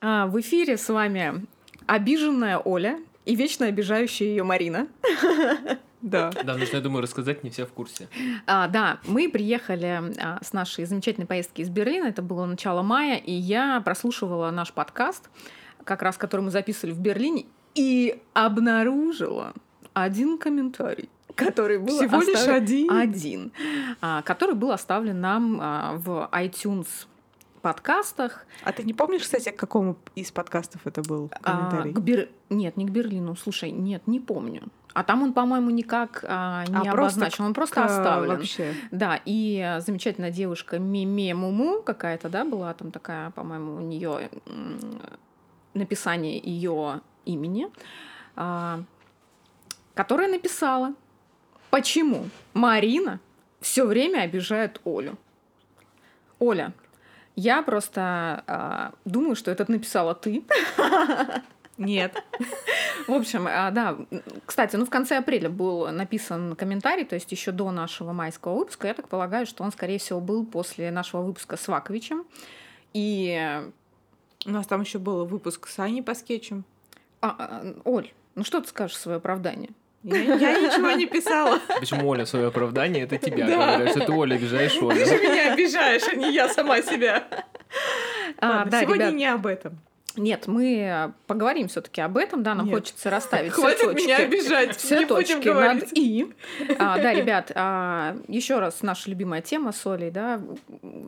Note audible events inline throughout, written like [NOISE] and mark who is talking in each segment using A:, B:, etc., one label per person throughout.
A: А, в эфире с вами обиженная Оля и вечно обижающая ее Марина. Да.
B: Да, нужно, я думаю, рассказать, не все в курсе.
A: А, да, мы приехали а, с нашей замечательной поездки из Берлина, это было начало мая, и я прослушивала наш подкаст, как раз который мы записывали в Берлине, и обнаружила один комментарий который был
C: Всего лишь
A: оставлен-
C: один?
A: один, а, который был оставлен нам а, в iTunes подкастах
C: А ты не помнишь, кстати, к какому из подкастов это был
A: А,
C: комментарий?
A: к Бер- Нет, не к Берлину. Слушай, нет, не помню. А там он, по-моему, никак а, не
C: А, просто
A: обозначен, он просто
C: К-
A: оставлен.
C: Вообще.
A: Да, и а, замечательная девушка Миме Муму какая-то, да, была там такая, по-моему, у нее написание ее имени, а, которая написала, почему Марина все время обижает Олю. Оля, я просто а, думаю, что это написала ты.
C: Нет.
A: В общем, а, да, м, кстати, ну в конце апреля был написан комментарий, то есть еще до нашего майского выпуска. Я так полагаю, что он, скорее всего, был после нашего выпуска с Ваковичем. И, э,
C: У нас там еще был выпуск с Аней по скетчам.
A: а, а, Оль, ну что ты скажешь в свое оправдание? [LAUGHS]
C: Я, я ничего не писала.
B: Почему Оля в свое оправдание? Это тебя
C: Да.
B: говорят, что ты Оля обижаешь Олю.
C: меня обижаешь, а не я сама себя.
A: А,
C: Ладно,
A: да,
C: сегодня
A: ребят,
C: не об этом.
A: нет, мы э, поговорим все-таки об этом, да, нам
C: Нет.
A: хочется расставить все
C: Хватит
A: А, точки.
C: меня обижать.
A: Все
C: не будем
A: точки
C: говорить.
A: над «и». А, да, ребят, еще раз наша любимая тема с Олей, да,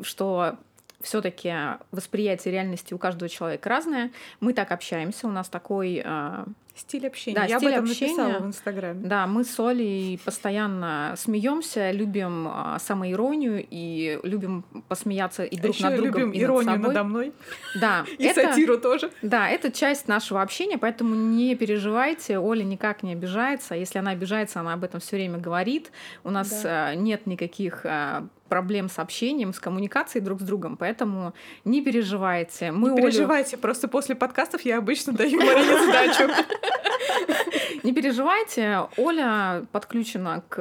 A: что все таки восприятие реальности у каждого человека разное. Мы так общаемся, у нас такой... а,
C: Стиль общения.
A: Да,
C: я
A: стиль
C: об этом
A: общения.
C: написала в Инстаграме.
A: Да, мы с Олей постоянно смеемся, любим а, самоиронию и любим посмеяться и
C: А
A: друг
C: ещё
A: над другом,
C: любим
A: и
C: иронию
A: над собой.
C: надо мной.
A: Да,
C: [LAUGHS] И
A: это...
C: сатиру тоже.
A: Да, это часть нашего общения, поэтому не переживайте, Оля никак не обижается. Если она обижается, она об этом все время говорит. У нас э, нет никаких э, проблем с общением, с коммуникацией друг с другом, поэтому не переживайте. Мы
C: не
A: Олю-
C: переживайте, просто после подкастов я обычно даю Марине задачу.
A: [LAUGHS] не переживайте, Оля подключена к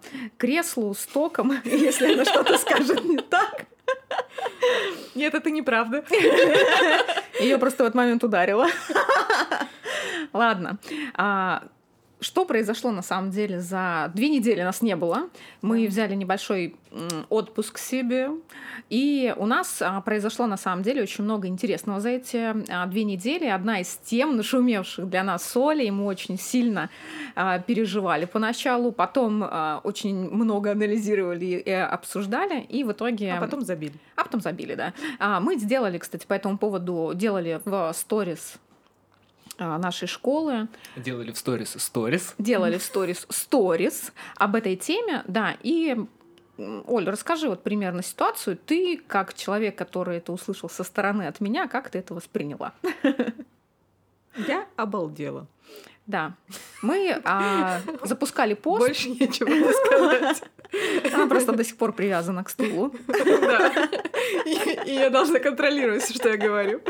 A: э, креслу с током, [LAUGHS] если она что-то скажет не так.
C: Нет, это неправда.
A: Ее просто в этот момент ударило. Ладно. А, Что произошло на самом деле за две недели нас не было. Мы взяли небольшой м, отпуск себе. И у нас а, произошло на самом деле очень много интересного за эти а, две недели. Одна из тем, нашумевших для нас с Олей, мы очень сильно а, переживали поначалу, потом а, очень много анализировали и э, обсуждали, и в итоге...
C: А потом забили.
A: А потом забили, да. А, мы сделали, кстати, по этому поводу, делали в сторис а, нашей школы,
B: Делали в сторис сторис.
A: делали в сторис сторис об этой теме, да, и м, Оль, расскажи вот примерно ситуацию. Ты, как человек, который это услышал со стороны от меня, как ты это восприняла?
C: Я обалдела.
A: Да. Мы а, запускали пост.
C: Больше нечего не
A: [LAUGHS]
C: сказать.
A: Она просто до сих пор привязана к стулу.
C: Да. [LAUGHS] И- И я должна контролировать все, что я говорю.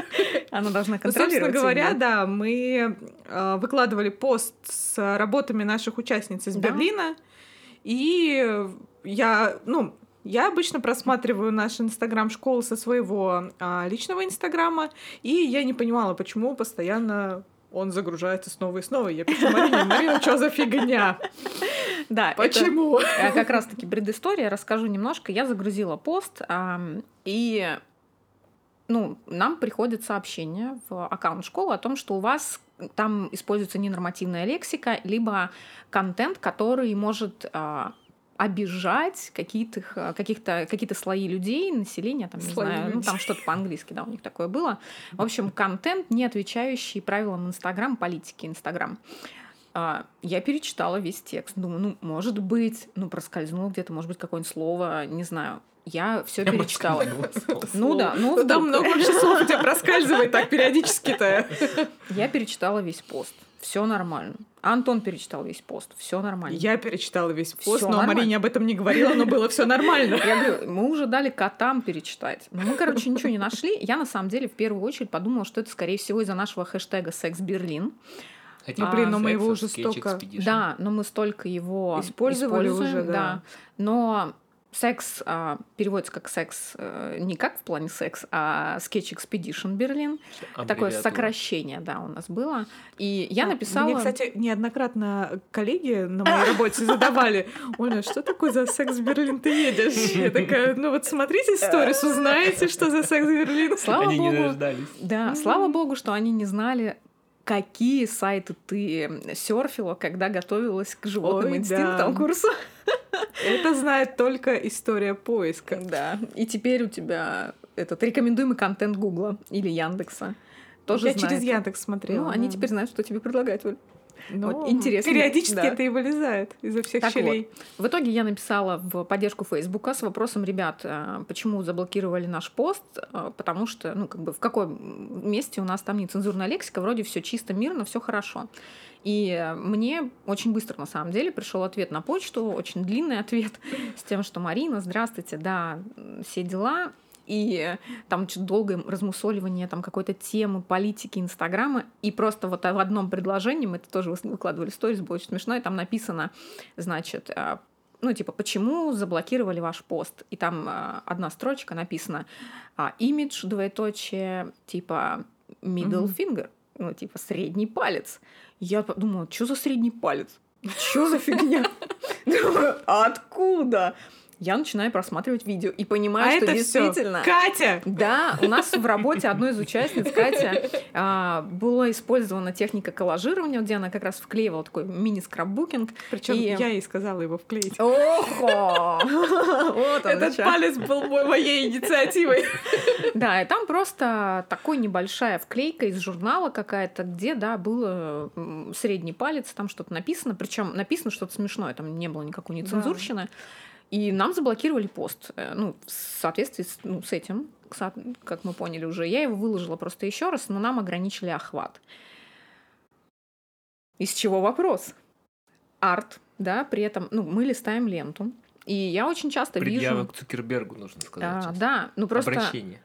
A: Она должна
C: Ну,
A: контролировать.
C: собственно говоря,
A: себя.
C: да, мы э, выкладывали пост с работами наших участниц из
A: Да.
C: Берлина. И я, ну, я обычно просматриваю наш инстаграм школы со своего а, личного инстаграма, и я не понимала, почему постоянно он загружается снова и снова. Я пишу Марине, Марина, что за фигня?
A: да. это-
C: Почему?
A: Э, как раз-таки предыстория, расскажу немножко. Я загрузила пост, ам, и ну, нам приходит сообщение в аккаунт школы о том, что у вас там используется ненормативная лексика, либо контент, который может а, обижать какие-то, х- каких-то, какие-то слои людей, населения, там, не
C: Слои
A: знаю, ну, там что-то по-английски, да, у них такое было. В общем, контент, не отвечающий правилам Инстаграм, политики Инстаграм. А, Я перечитала весь текст. Думаю, ну, может быть, ну, проскользнуло где-то, может быть, какое-нибудь слово, не знаю. Я все перечитала. Ну да, ну,
C: Ну, там
A: вдруг.
C: много часов у тебя проскальзывает так периодически-то.
A: Я перечитала весь пост. Все нормально. Антон перечитал весь пост. Все нормально.
C: Я перечитала весь пост,
A: Всё
C: но
A: нормально.
C: Марине об этом не говорила, но было все нормально.
A: Я говорю, мы уже дали котам перечитать. Но мы, короче, ничего не нашли. Я, на самом деле, в первую очередь подумала, что это, скорее всего, из-за нашего хэштега «Секс Берлин».
B: Хотя
A: Ну,
B: бы
A: блин,
C: ну мы
B: секс
C: его
B: в
C: уже
B: Sketch
C: столько-
B: Expedition.
A: Да, но мы столько его
C: Использовали
A: используем,
C: уже, да.
A: Но Секс а, переводится как секс, э, не как в плане секс, а Sketch Expedition Берлин. Такое
B: Аббревиатура.
A: сокращение, да, у нас было. И я
C: Ну,
A: написала...
C: Мне, кстати, неоднократно коллеги на моей работе задавали, Оля, что такое за секс в Берлин ты едешь? Я такая, ну вот смотрите сторис, узнаете, что за секс в Берлин.
A: Слава
B: Они не
A: богу,
B: дождались.
A: Да,
C: Мгм.
A: слава богу, что они не знали, какие сайты ты серфила, когда готовилась к животным
C: Ой,
A: инстинктам
C: да.
A: курсу.
C: Это знает только история поиска.
A: Да. И теперь у тебя этот рекомендуемый контент Гугла или Яндекса. Тоже
C: Ну, Я
A: знает.
C: через Яндекс смотрела.
A: Ну, они
C: да.
A: теперь знают, что тебе предлагают, Оль.
C: Ну,
A: Вот интересно,
C: Периодически
A: да.
C: это и вылезает изо всех
A: Так
C: щелей.
A: В итоге я написала в поддержку Фейсбука с вопросом, ребят, э, почему заблокировали наш пост, э, потому что, ну, как бы в каком месте у нас там нецензурная лексика, вроде все чисто, мирно, все хорошо. И э, мне очень быстро, на самом деле, пришел ответ на почту, очень длинный ответ с тем, что Марина, здравствуйте, да, м, все дела. И э, там чё-то долгое размусоливание там какой-то темы, политики, Инстаграма. И просто вот э, в одном предложении, мы это тоже выс- выкладывали в сторис, было очень смешно, и там написано, значит, э, ну, типа, почему заблокировали ваш пост? И там э, одна строчка написана, а, имидж, двоеточие, типа, middle
C: Мгм.
A: finger, ну, типа, средний палец. Я подумала, что за средний палец? Что за [LAUGHS] фигня? Думаю, «А откуда? Я начинаю просматривать видео и понимаю,
C: А
A: что
C: это все.
A: действительно...
C: Катя!
A: Да, у нас в работе одной из участниц, Катя, а, была использована техника коллажирования, где она как раз вклеивала такой мини-скраббукинг.
C: Причем
A: И- э,
C: я ей сказала его вклеить.
A: Охо! [LAUGHS] Вот он,
C: Этот
A: чё.
C: палец был мой- моей инициативой.
A: Да, и там просто такой небольшая вклейка из журнала какая-то, где, да, был э, м, средний палец, там что-то написано, причем написано что-то смешное, там не было никакой нецензурщины. И нам заблокировали пост, э, ну, в соответствии с, ну, с этим, к со- как мы поняли уже. Я его выложила просто еще раз, но нам ограничили охват. Из чего вопрос? Арт, да, при этом, ну, мы листаем ленту. И я очень часто
B: Предъява
A: вижу...
B: к Цукербергу, нужно сказать.
A: Да,
B: сейчас.
A: да, ну просто
B: Обращение.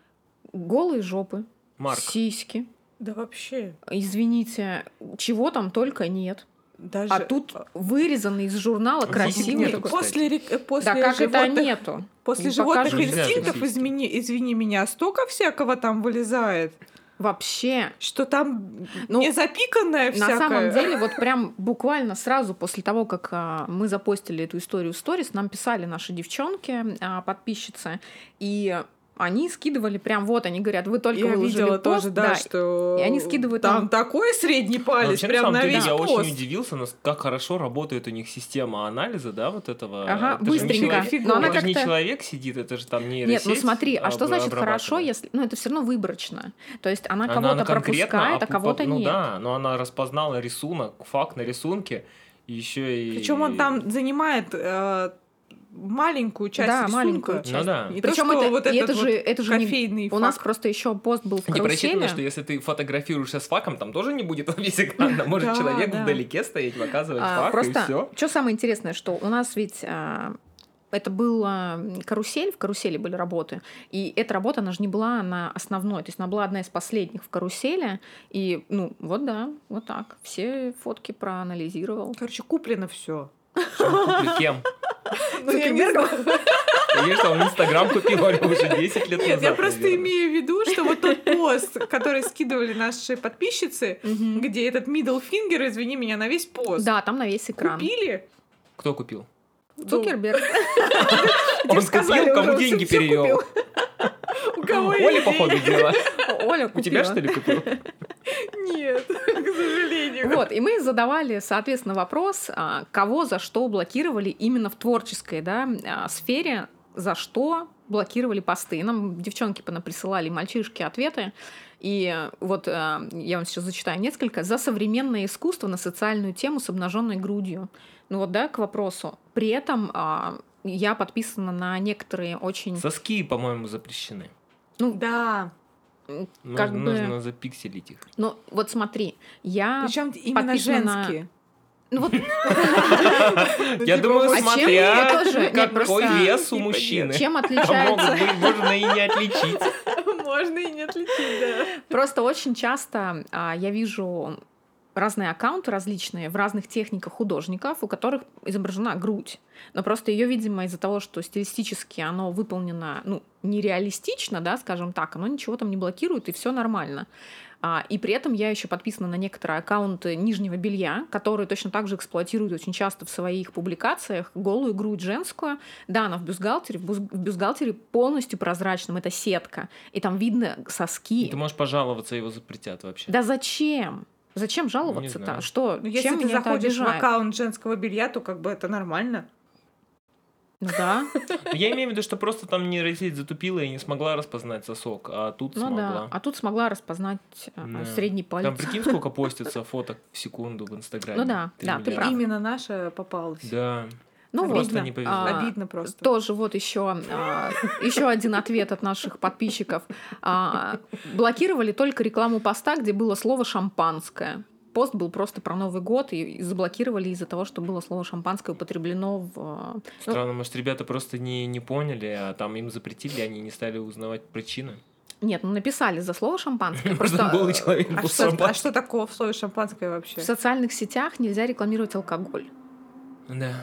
A: голые жопы,
B: Марк.
A: Сиськи.
C: Да вообще.
A: Извините, чего там только нет.
C: Даже...
A: А тут вырезанный из журнала
B: Сисек
A: красивый.
B: А нету,
A: такой.
B: кстати.
C: После, рек- э, после
A: Да как это
C: животных-
A: нету?
C: После
A: Не
C: животных
A: покажешь.
B: Нельзя
C: инстинктов,
B: сосиски.
C: извини, извини меня, столько всякого там вылезает,
A: Вообще.
C: что там
A: Ну,
C: не запиканное всякое.
A: На самом деле, вот прям буквально сразу после того, как а, мы запостили эту историю в сторис, нам писали наши девчонки, а, подписчицы, и они скидывали прям вот, они говорят, вы только
C: я
A: выложили
C: видела
A: пост,
C: тоже, да,
A: да,
C: что
A: и они скидывают
C: там,
A: нам-
C: такой средний
B: Но
C: палец,
B: Ну, вообще, на
C: прям
B: самом
C: на
B: деле,
C: весь
B: я
C: пост.
B: очень удивился, нас- как хорошо работает у них система анализа, да, вот этого.
A: Ага,
B: Это же не
A: быстренько.
B: человек-
C: Фигово.
A: Но она
B: это же не
A: как-то-
B: человек сидит, это же там не
A: Нет, ну смотри, а что значит хорошо, если... Ну, это все равно выборочно. То есть она, кого-то пропускает, а кого-то
B: ну,
A: нет.
B: да, но она распознала рисунок, факт на рисунке, еще и...
C: Причем он там занимает э, маленькую часть
A: Да,
C: рисунка.
A: маленькую
B: Ну да.
C: Не то,
A: Причем
C: что
A: это,
C: вот
A: и
C: этот
A: это же,
C: вот
A: это же не-
C: кофейный
A: У нас
C: факт.
A: просто еще пост был в
B: Не просчитано,
A: карусели.
B: что если ты фотографируешься с факом, там тоже не будет [LAUGHS] весь экран. а Может
C: Да,
B: человек
C: да.
B: вдалеке стоять, показывать
A: А,
B: фак, и
A: просто
B: все.
A: что самое интересное, что у нас ведь а, это была карусель, в карусели были работы, и эта работа, она же не была на основной, то есть она была одна из последних в карусели, и, ну, вот да, вот так, все фотки проанализировал.
C: Короче, куплено все.
B: Кем?
C: Ну,
A: Цукербергом?
B: [LAUGHS] Я что, он Инстаграм купил Оля, уже 10 лет назад.
C: Нет, я просто
B: наверное.
C: имею в виду, что вот тот пост, который скидывали наши подписчицы,
A: Мгм.
C: где этот middle finger, извини меня, на весь пост.
A: Да, там на весь экран.
C: Купили?
B: Кто купил?
A: Цукерберг.
B: Он
C: сказали
B: купил, кому
C: уже,
B: деньги
C: всё- всё
B: перевел.
C: У кого
B: Оля,
C: идея?
B: походу, дела.
A: Оля
B: У
A: [LAUGHS] купила.
B: тебя, что ли, купил?
C: Нет, [LAUGHS] к сожалению.
A: Вот, и мы задавали, соответственно, вопрос, а, кого за что блокировали именно в творческой да, а, сфере, за что блокировали посты. И Нам девчонки понаприсылали, мальчишки ответы. И э, вот а, я вам сейчас зачитаю несколько. За современное искусство на социальную тему с обнаженной грудью. Ну вот, да, к вопросу. При этом а, я подписана на некоторые очень...
B: Соски, по-моему, запрещены.
A: Ну,
C: Да.
B: Нужно,
A: Как бы-
B: нужно запикселить их.
A: ну вот смотри, я...
C: Причем именно
A: подписана А, на-
C: женские. [LAUGHS]
A: Ну вот
B: [LAUGHS] Я думаю,
A: а чем я
B: смотря
A: тоже- нет,
B: какой
A: просто
B: вес у [LAUGHS]
C: не
B: мужчины.
A: чем
B: Там
A: отличается...
B: могут быть, можно и не отличить.
C: Можно и не отличить, да.
A: Просто очень часто а, я вижу разные аккаунты различные в разных техниках художников, у которых изображена грудь. Но просто ее, видимо, из-за того, что стилистически оно выполнено ну, нереалистично, да, скажем так, оно ничего там не блокирует, и все нормально. А, и при этом я еще подписана на некоторые аккаунты нижнего белья, которые точно так же эксплуатируют очень часто в своих публикациях голую грудь женскую. Да, она в бюстгальтере, в, бюст, в бюстгальтере полностью прозрачном, это сетка, и там видно соски.
B: И ты можешь пожаловаться, его запретят вообще.
A: Да зачем? Зачем жаловаться-то?
B: знаю.
A: Что?
C: Ну, если
A: чем
C: ты
A: меня это
C: заходишь в
A: обижает?
C: аккаунт женского белья, то как бы это нормально.
A: Ну да.
B: Но Я имею в виду, что просто там не родитель затупила и не смогла распознать сосок, а тут
A: Ну да.
B: смогла.
A: А тут смогла распознать э,
B: Да.
A: средний палец.
B: Там прикинь, сколько постится фоток в секунду в Инстаграме.
A: Ну да,
B: Три
A: да, ты
B: миллиарда.
A: прав.
C: Именно наша попалась.
B: Да.
A: Ну вот.
B: Просто
C: Обидно.
B: не повезло.
A: А,
C: Обидно просто.
A: Тоже вот еще, а, еще один ответ от наших подписчиков. А, блокировали только рекламу поста, где было слово шампанское. Пост был просто про Новый год и и заблокировали из-за того, что было слово шампанское употреблено в... э, ну,
B: Странно, может, ребята просто не, не поняли, а там им запретили, они не стали узнавать причины.
A: нет, ну написали за слово шампанское.
B: [LAUGHS] Просто голый человек
C: А
B: был
C: что, а
B: собак.
C: что такого в слове шампанское вообще?
A: В социальных сетях нельзя рекламировать алкоголь.
B: Да.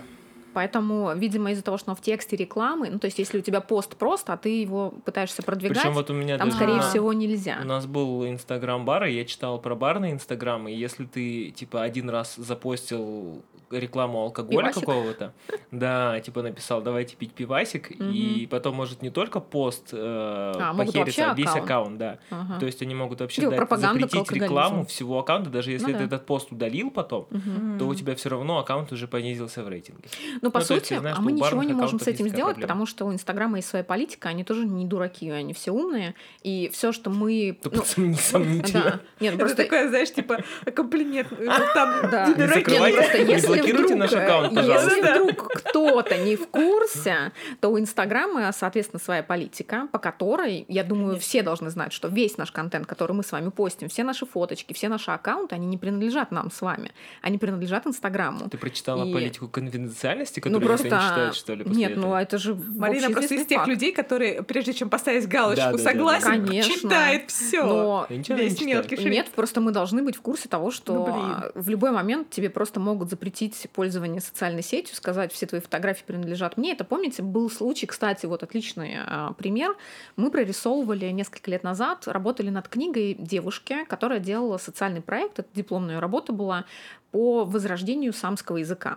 A: Поэтому, видимо, из-за того, что он в тексте рекламы, ну, то есть, если у тебя пост просто, а ты его пытаешься продвигать,
B: Причем вот у меня
A: там,
B: даже...
A: скорее
C: А.
A: всего,
B: У
A: нельзя.
B: нас был инстаграм бара, я читал про барные инстаграмы, и если ты, типа, один раз запостил рекламу алкоголя
A: Пивасик.
B: какого-то, [LAUGHS] да, типа написал, давайте пить пивасик, и
A: Мгм.
B: потом может не только пост э,
A: могут
B: похериться,
A: вообще
B: а весь
A: аккаунт.
B: аккаунт, да.
A: Ага.
B: То есть они могут вообще
A: Где
B: дать-
A: пропаганда по
B: запретить
A: алкоголизму.
B: рекламу всего аккаунта, даже если
A: Ну
B: ты
A: да.
B: этот пост удалил потом,
A: Мгм.
C: М.
B: то у тебя все равно аккаунт уже понизился в рейтинге.
A: Ну, по
B: Ну, то есть
A: сути,
B: я знаю,
A: а
B: что
A: мы
B: у
A: ничего
B: барных
A: не можем с
B: аккаунтов
A: этим
B: есть такая
A: сделать,
B: проблема.
A: потому что у Инстаграма есть своя политика, они тоже не дураки, они все умные, и все, что мы...
B: То
A: ну,
B: пацаны,
A: да. [LAUGHS]
B: несомнительно.
A: Нет,
C: Это
A: просто...
C: такое, знаешь, типа комплимент. э, ну, Там
A: Да.
C: не
A: Не
B: Не
C: дураки.
B: А, закрывайте,
A: Просто
B: не
A: если
B: блокируйте
A: вдруг,
B: наш
A: э,
B: аккаунт, пожалуйста.
A: если вдруг кто-то не в курсе, то у Инстаграма, соответственно, своя политика, по которой, я думаю,
C: Конечно.
A: все должны знать, что весь наш контент, который мы с вами постим, все наши фоточки, все наши аккаунты, они не принадлежат нам с вами, они принадлежат Инстаграму. Ну,
B: Ты прочитала
A: И- Ну,
B: политику конфиденциальности, которую никто не читает, что ли, после
A: нет,
B: этого?
A: ну это же
C: Марина просто из
A: общеизвестный
C: тех
A: факт.
C: людей, которые, прежде чем поставить галочку
B: Да, да, да,
C: согласен,
A: да. Конечно.
C: читает все.
A: Но
B: Я ничего
C: Весь
B: не читаю.
C: мелкий шрифт.
A: Нет, просто мы должны быть в курсе того, что
C: Ну, блин.
A: а, в любой момент тебе просто могут запретить пользование социальной сетью, сказать, все твои фотографии принадлежат мне. Это, помните, был случай, кстати, вот отличный а, пример. Мы прорисовывали несколько лет назад, работали над книгой девушки, которая делала социальный проект, это дипломная работа была, по возрождению самского языка.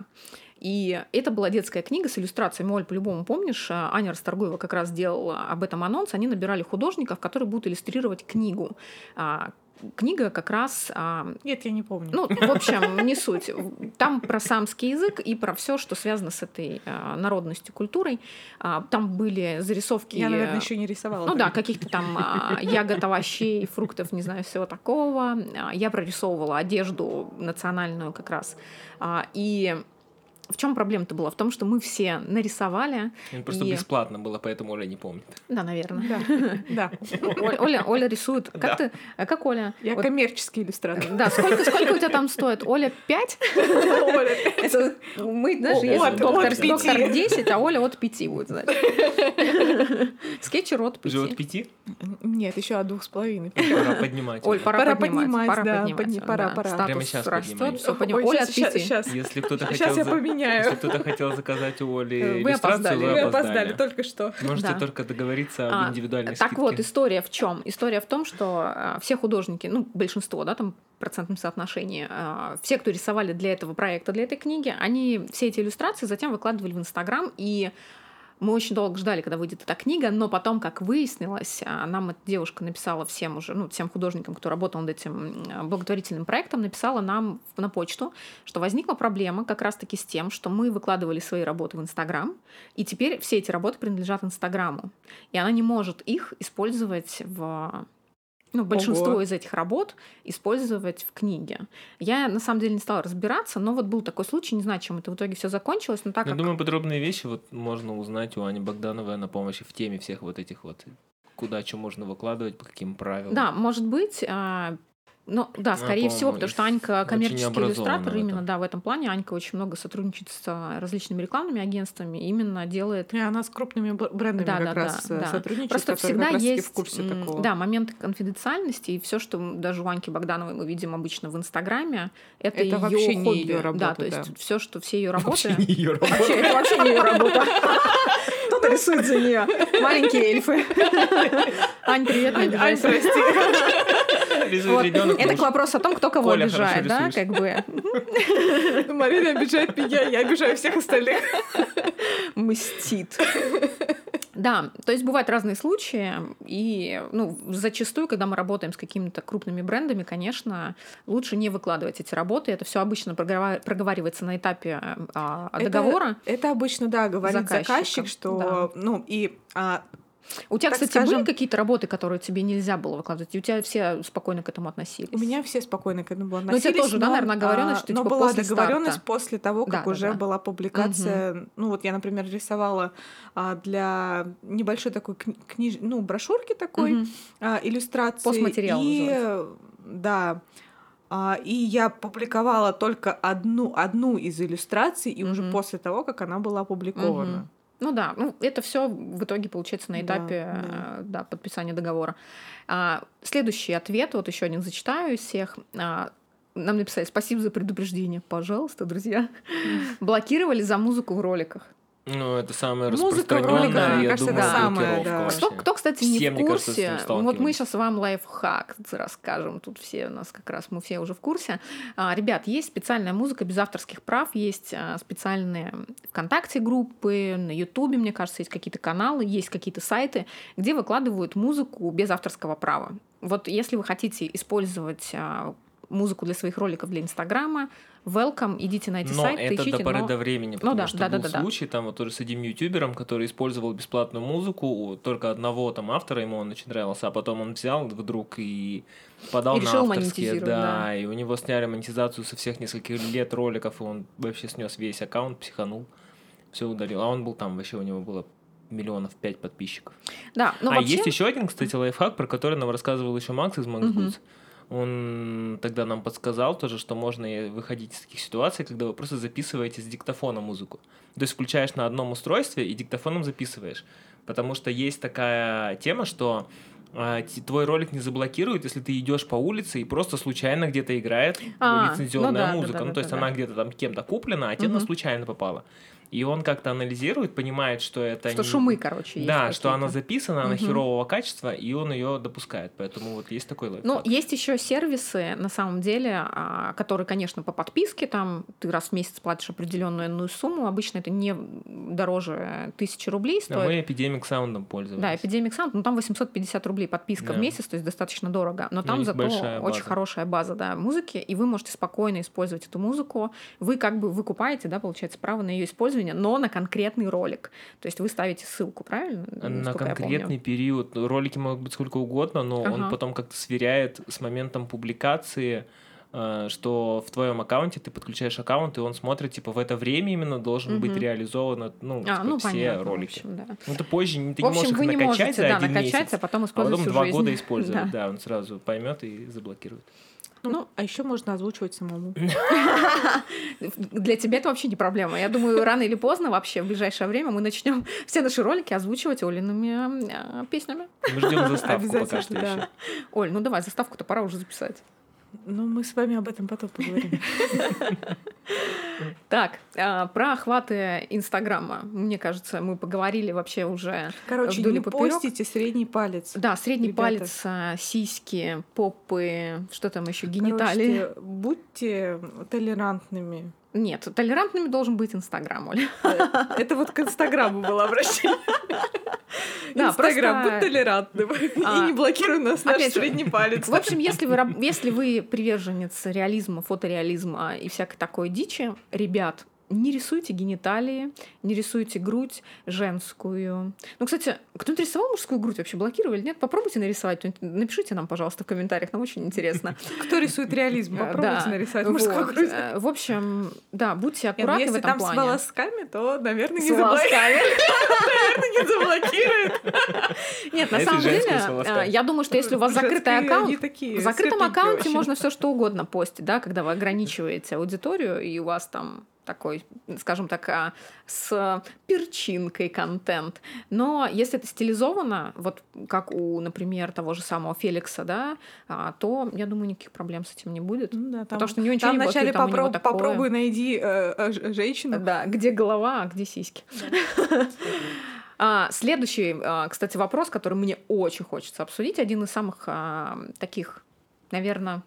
A: И это была детская книга с иллюстрациями. Оль, по-любому помнишь, а, Аня Расторгуева как раз делала об этом анонс. Они набирали художников, которые будут иллюстрировать книгу. А, Книга как раз, а,
C: Нет, я не помню.
A: ну, в общем, не суть. Там про самский язык и про все, что связано с этой а, народностью, культурой. А, Там были зарисовки.
C: я, наверное,
A: э,
C: еще не рисовала.
A: ну да, каких-то там а, ягод, овощей, фруктов, не знаю, всего такого. А, Я прорисовывала одежду национальную как раз. А, И в чем проблема-то была? В том, что мы все нарисовали.
B: Ну, Просто
A: И-
B: бесплатно было, поэтому Оля не помнит.
A: Да, наверное.
C: Да, да.
A: Оль- Оля, Оля рисует.
B: Да.
A: Как ты? а Как Оля?
C: Я
A: Вот, [LAUGHS]
C: коммерческий иллюстратор.
A: Да, сколько, сколько у тебя там стоит? Оля 5?
C: Оля,
A: Это мы,
C: Ну,
A: знаешь,
B: От-
A: если
B: от
A: доктор,
B: пяти.
A: доктор 10, а Оля от 5 будет, значит. Скетчер от
B: Ты же от
A: 5.
B: пяти
C: Нет, еще от двух с половиной.
B: пора поднимать.
A: Оль,
B: её.
A: пора,
C: Пора
A: поднимать,
C: поднимать,
A: пора
C: да,
A: поднимать.
C: подни- пора, пора.
B: Прямо
A: Статус
B: щас поднимай.
A: растет, все поднимаем. Оля от пяти.
C: Сейчас
B: Если кто-то хотел...
C: Сейчас я
B: за-
C: поменяю.
B: Если кто-то хотел заказать у Оли
A: Вы
B: иллюстрацию,
A: опоздали.
B: вы
C: Вы
B: опоздали.
C: опоздали только что.
B: Можете
A: Да.
B: только договориться
A: А,
B: об индивидуальной
A: Так
B: скидке.
A: вот, история в чем? История в том, что э, все художники, ну, большинство, да, там в процентном соотношении, э, все, кто рисовали для этого проекта, для этой книги, они все эти иллюстрации затем выкладывали в Инстаграм, и мы очень долго ждали, когда выйдет эта книга, но потом, как выяснилось, а, нам эта девушка написала всем уже, ну, всем художникам, кто работал над этим м, благотворительным проектом, написала нам в- на почту, что возникла проблема как раз-таки с тем, что мы выкладывали свои работы в Инстаграм, и теперь все эти работы принадлежат Инстаграму. И она не может их использовать в... Ну, большинство
C: Ого.
A: из этих работ использовать в книге. Я, на самом деле, не стала разбираться, но вот был такой случай, не знаю, чем это в итоге все закончилось, но так
B: Я
A: как...
B: Ну, думаю, подробные вещи вот можно узнать у Ани Богдановой на помощи в теме всех вот этих вот куда что можно выкладывать, по каким правилам.
A: Да, может быть, а, Ну да, скорее
B: по-моему,
A: всего, потому что
B: очень
A: Анька коммерческий
B: образована
A: иллюстратор
B: в этом.
A: именно, да, в этом плане Анька очень много сотрудничает с а, различными рекламными агентствами, именно делает.
C: И она с крупными бр- брендами
A: Да,
C: как
A: да,
C: раз
A: да,
C: э,
A: да.
C: сотрудничает,
A: Просто
C: которые
A: всегда
C: как раз-таки
A: есть
C: в курсе
A: м,
C: такого.
A: да, момент конфиденциальности, и все, что даже у Аньки Богдановой мы видим обычно в Инстаграме, это,
C: Это
A: её
C: вообще не
A: хобби.
C: её
A: Да,
C: работа,
A: то есть
C: да.
A: все, что все ее работы.
B: [LAUGHS] Вообще не её работа.
A: Вообще, это вообще не ее
C: [LAUGHS]
A: работа. Кто-то рисует за нее. Маленькие
C: [LAUGHS]
A: эльфы. Ань, привет, не
C: Ань, Ань,
A: обижайся.
C: прости.
B: Лежит
A: Вот.
B: ребёнок,
A: Это к
B: муж.
A: вопросу о том, кто кого
B: Коля
A: обижает,
B: хорошо
A: да,
B: рисуешь.
A: как бы.
C: [LAUGHS] Марина обижает меня, я обижаю всех остальных.
A: мстит. [LAUGHS] Да, то есть бывают разные случаи, и ну, зачастую, когда мы работаем с какими-то крупными брендами, конечно, лучше не выкладывать эти работы. Это все обычно прогрова- проговаривается на этапе а,
C: Это-
A: договора.
C: Это обычно, да, говорит
A: Заказчиком,
C: заказчик, что, ну, и а,
A: У тебя,
C: так
A: кстати,
C: скажем-
A: были какие-то работы, которые тебе нельзя было выкладывать, и у тебя все спокойно к этому относились.
C: у меня все спокойно к этому
A: Ну,
C: относились.
A: это тоже, да, наверное, договорённость,
C: а,
A: что,
C: Но
A: типа,
C: была
A: после
C: договоренность
A: старта.
C: после того,
A: Да,
C: как
A: да,
C: уже
A: да.
C: была публикация. Ну, вот я, например, рисовала а, для небольшой такой кни- книж... ну, брошюрки такой,
A: Мгм.
C: а, иллюстрации.
A: Постматериал
C: и,
A: называется.
C: Да. А, И я публиковала только одну, одну из иллюстраций, и уже
A: Мгм.
C: после того, как она была опубликована.
A: Ну да, ну это все в итоге получается на
C: Да,
A: этапе
C: да.
A: э, да, подписания договора. А, следующий ответ, вот еще один зачитаю из всех. А, нам написали спасибо за предупреждение, пожалуйста, друзья. Блокировали за музыку в роликах.
B: Ну, это самая
C: Музыка в
B: распространенная,
A: роликах, мне
B: я
C: кажется,
B: думаю,
A: это
C: самое,
B: блокировка
C: да.
B: вообще.
A: Кто, кто, кстати, не
B: Все,
A: в
B: мне кажется, с
A: курсе,
B: ним
A: вот мы
B: сталкивались.
A: сейчас вам лайфхак расскажем. Тут все у нас как раз, мы все уже в курсе. А, ребят, есть специальная музыка без авторских прав, есть а, специальные ВКонтакте группы, на Ютубе, мне кажется, есть какие-то каналы, есть какие-то сайты, где выкладывают музыку без авторского права. Вот если вы хотите использовать а, музыку для своих роликов для Инстаграма, welcome, идите на эти
B: но
A: сайты,
B: это
A: ищите.
B: до поры
A: но- Ну
B: до времени, потому
A: да,
B: что
A: да, да,
B: был
A: да, да.
B: случай там вот тоже с одним ютубером, который использовал бесплатную музыку у только одного там автора, ему он очень нравился, а потом он взял вдруг и подал
A: И
B: на
A: решил
B: авторские,
A: монетизировать,
B: да,
A: да.
B: и у него сняли монетизацию со всех нескольких лет роликов, и он вообще снес весь аккаунт, психанул, все удалил, а он был там вообще у него было миллионов пять подписчиков.
A: Да, но
B: а
A: Ну, вообще...
B: есть еще один, кстати, лайфхак, про который нам рассказывал еще Макс из Макс
A: Мгм.
B: Goods. Он тогда нам подсказал тоже, что можно и выходить из таких ситуаций, когда вы просто записываете с диктофона музыку. То есть включаешь на одном устройстве и диктофоном записываешь. Потому что есть такая тема, что а, ти- твой ролик не заблокирует, если ты идешь по улице и просто случайно где-то играет
A: А,
B: лицензионная
A: ну да, да,
B: музыка.
A: да,
B: ну,
A: да,
B: то есть
A: да,
B: она
A: да.
B: где-то там кем-то куплена, а тебе она
A: Мгм.
B: случайно попала. И он как-то анализирует, понимает, что это
A: Что
B: не-
A: шумы, короче, есть
B: да, что она
A: какие-то.
B: записана, она
A: Мгм.
B: херового качества, и он ее допускает. Поэтому вот есть такой лайфхак.
A: Ну, есть еще сервисы, на самом деле, а, которые, конечно, по подписке, там ты раз в месяц платишь определенную иную сумму, обычно это не дороже тысячи рублей
B: а
A: стоит.
B: мы эпидемик саундом пользовались.
A: Да, Epidemic Sound, ну там 850 рублей подписка в
B: Да. Ну,
A: месяц, то есть достаточно дорого, но
B: у
A: там
B: них
A: зато
B: большая
A: очень
B: база.
A: хорошая база да, музыки, и вы можете спокойно использовать эту музыку. Вы как бы выкупаете, да, получается, право на ее использование, но на конкретный ролик. То есть вы ставите ссылку, правильно?
B: На
A: Насколько я помню.
B: конкретный период. Ну, Ролики могут быть сколько угодно, но
A: Ага.
B: он потом как-то сверяет с моментом публикации, э, что в твоем аккаунте ты подключаешь аккаунт, и он смотрит, типа, в это время именно должен быть
A: Мгм.
B: реализован ну,
A: А,
B: типа,
A: ну,
B: все
A: понятно, в
B: ролики.
A: общем, да.
B: Ну, ты позже не- ты
A: в общем,
B: не
A: вы
B: можешь
A: не
B: их накачать
A: можете
B: за
A: да,
B: один
A: накачать, а
B: месяц,
A: потом
B: а
A: использовать
B: потом
A: всю
B: два
A: жизнь. [LAUGHS]
B: года
A: Да.
B: использовать. да, он сразу поймет и заблокирует.
C: Ну,
A: Ну.
C: а еще можно озвучивать самому.
A: Для тебя это вообще не проблема. Я думаю, рано или поздно, вообще в ближайшее время, мы начнем [LAUGHS] все наши ролики озвучивать Олиными э, песнями.
B: Мы ждем заставку пока
C: Обязательно,
B: что
C: да.
B: еще.
A: Оль, ну давай, заставку-то пора уже записать.
C: [LAUGHS] Ну, мы с вами об этом
A: [LAUGHS]
C: потом поговорим.
A: Так, э, про охваты Инстаграма. Мне кажется, мы поговорили вообще уже.
C: Короче,
A: Вдоль и
C: не
A: поперёк.
C: постите средний палец.
A: Да, средний
C: Ребята.
A: палец, э, сиськи, попы, что там еще, гениталии.
C: Короче, будьте толерантными. Э,
A: Нет, толерантными должен быть Инстаграм, Оль.
C: Это вот к Инстаграму было обращение.
A: [LAUGHS] Да,
C: Инстаграм,
A: просто-
C: будь толерантным. [LAUGHS] И
A: А,
C: не блокируй нас наш
A: опять же,
C: средний палец.
A: В общем, если вы, раб- если вы приверженец реализма, фотореализма и всякой такой дичи, ребят, не рисуйте гениталии, не рисуйте грудь женскую. Ну, кстати, кто-нибудь рисовал мужскую грудь вообще? Блокировали? Нет? Попробуйте нарисовать. ну, Напишите нам, пожалуйста, в комментариях. Нам очень интересно.
C: Кто рисует реализм?
A: Да.
C: Попробуйте нарисовать [LAUGHS] мужскую
A: Вот.
C: грудь.
A: Э, В общем, да, будьте
C: Нет, ну,
A: аккуратны в
C: если
A: этом
C: там с
A: плане.
C: волосками, то, наверное, [LAUGHS] не
A: С
C: заблокирует.
A: волосками.
C: Не заблокирует.
A: [LAUGHS] Нет, на
B: Это
A: самом деле,
B: А женская с волосками.
A: э, я думаю, что если у вас
C: Женские,
A: закрытый аккаунт,
C: они такие
A: В закрытом
C: светленькие
A: аккаунте
C: очень. [LAUGHS]
A: можно все что угодно постить, да, когда вы ограничиваете аудиторию, и у вас там такой, скажем так, а, с перчинкой контент. Но если это стилизовано, вот как у, например, того же самого Феликса, да, а, то, я думаю, никаких проблем с этим не будет.
C: Ну да, там-
A: потому что у него ничего
C: Там
A: не
C: вначале
A: блокируют, там у него
C: попроб-
A: такое.
C: попробуй найди э, э, ж- женщину.
A: Да, где голова, а где сиськи. А, Следующий, а, кстати, вопрос, который мне очень хочется обсудить, один из самых а, таких, наверное,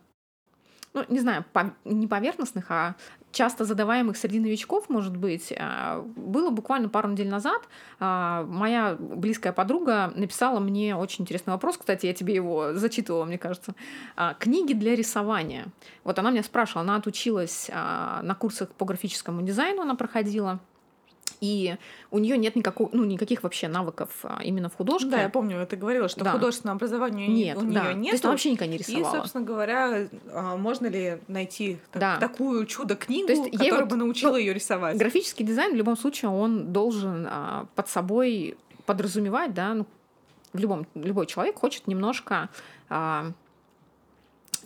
A: ну, не знаю, пов- не поверхностных, а часто задаваемых среди новичков, может быть, А, было буквально пару недель назад. а, Моя близкая подруга написала мне очень интересный вопрос. Кстати, я тебе его зачитывала, мне кажется. А, Книги для рисования. Вот она меня спрашивала, она отучилась а, на курсах по графическому дизайну, она проходила. И у нее нет никакого, ну, никаких вообще навыков а, именно в художке.
C: Да, я помню, ты говорила, что
A: Да.
C: художественного образования
A: нет,
C: у
A: да.
C: нее
A: То есть
C: нет.
A: она вообще никогда не
C: И,
A: рисовала.
C: собственно говоря, а, можно ли найти так-
A: Да.
C: такую чудо-книгу,
A: То есть ей
C: которая
A: вот,
C: бы научила
A: ну,
C: ее рисовать?
A: Графический дизайн в любом случае он должен а, под собой подразумевать, да, ну, в любом любой человек хочет немножко, а,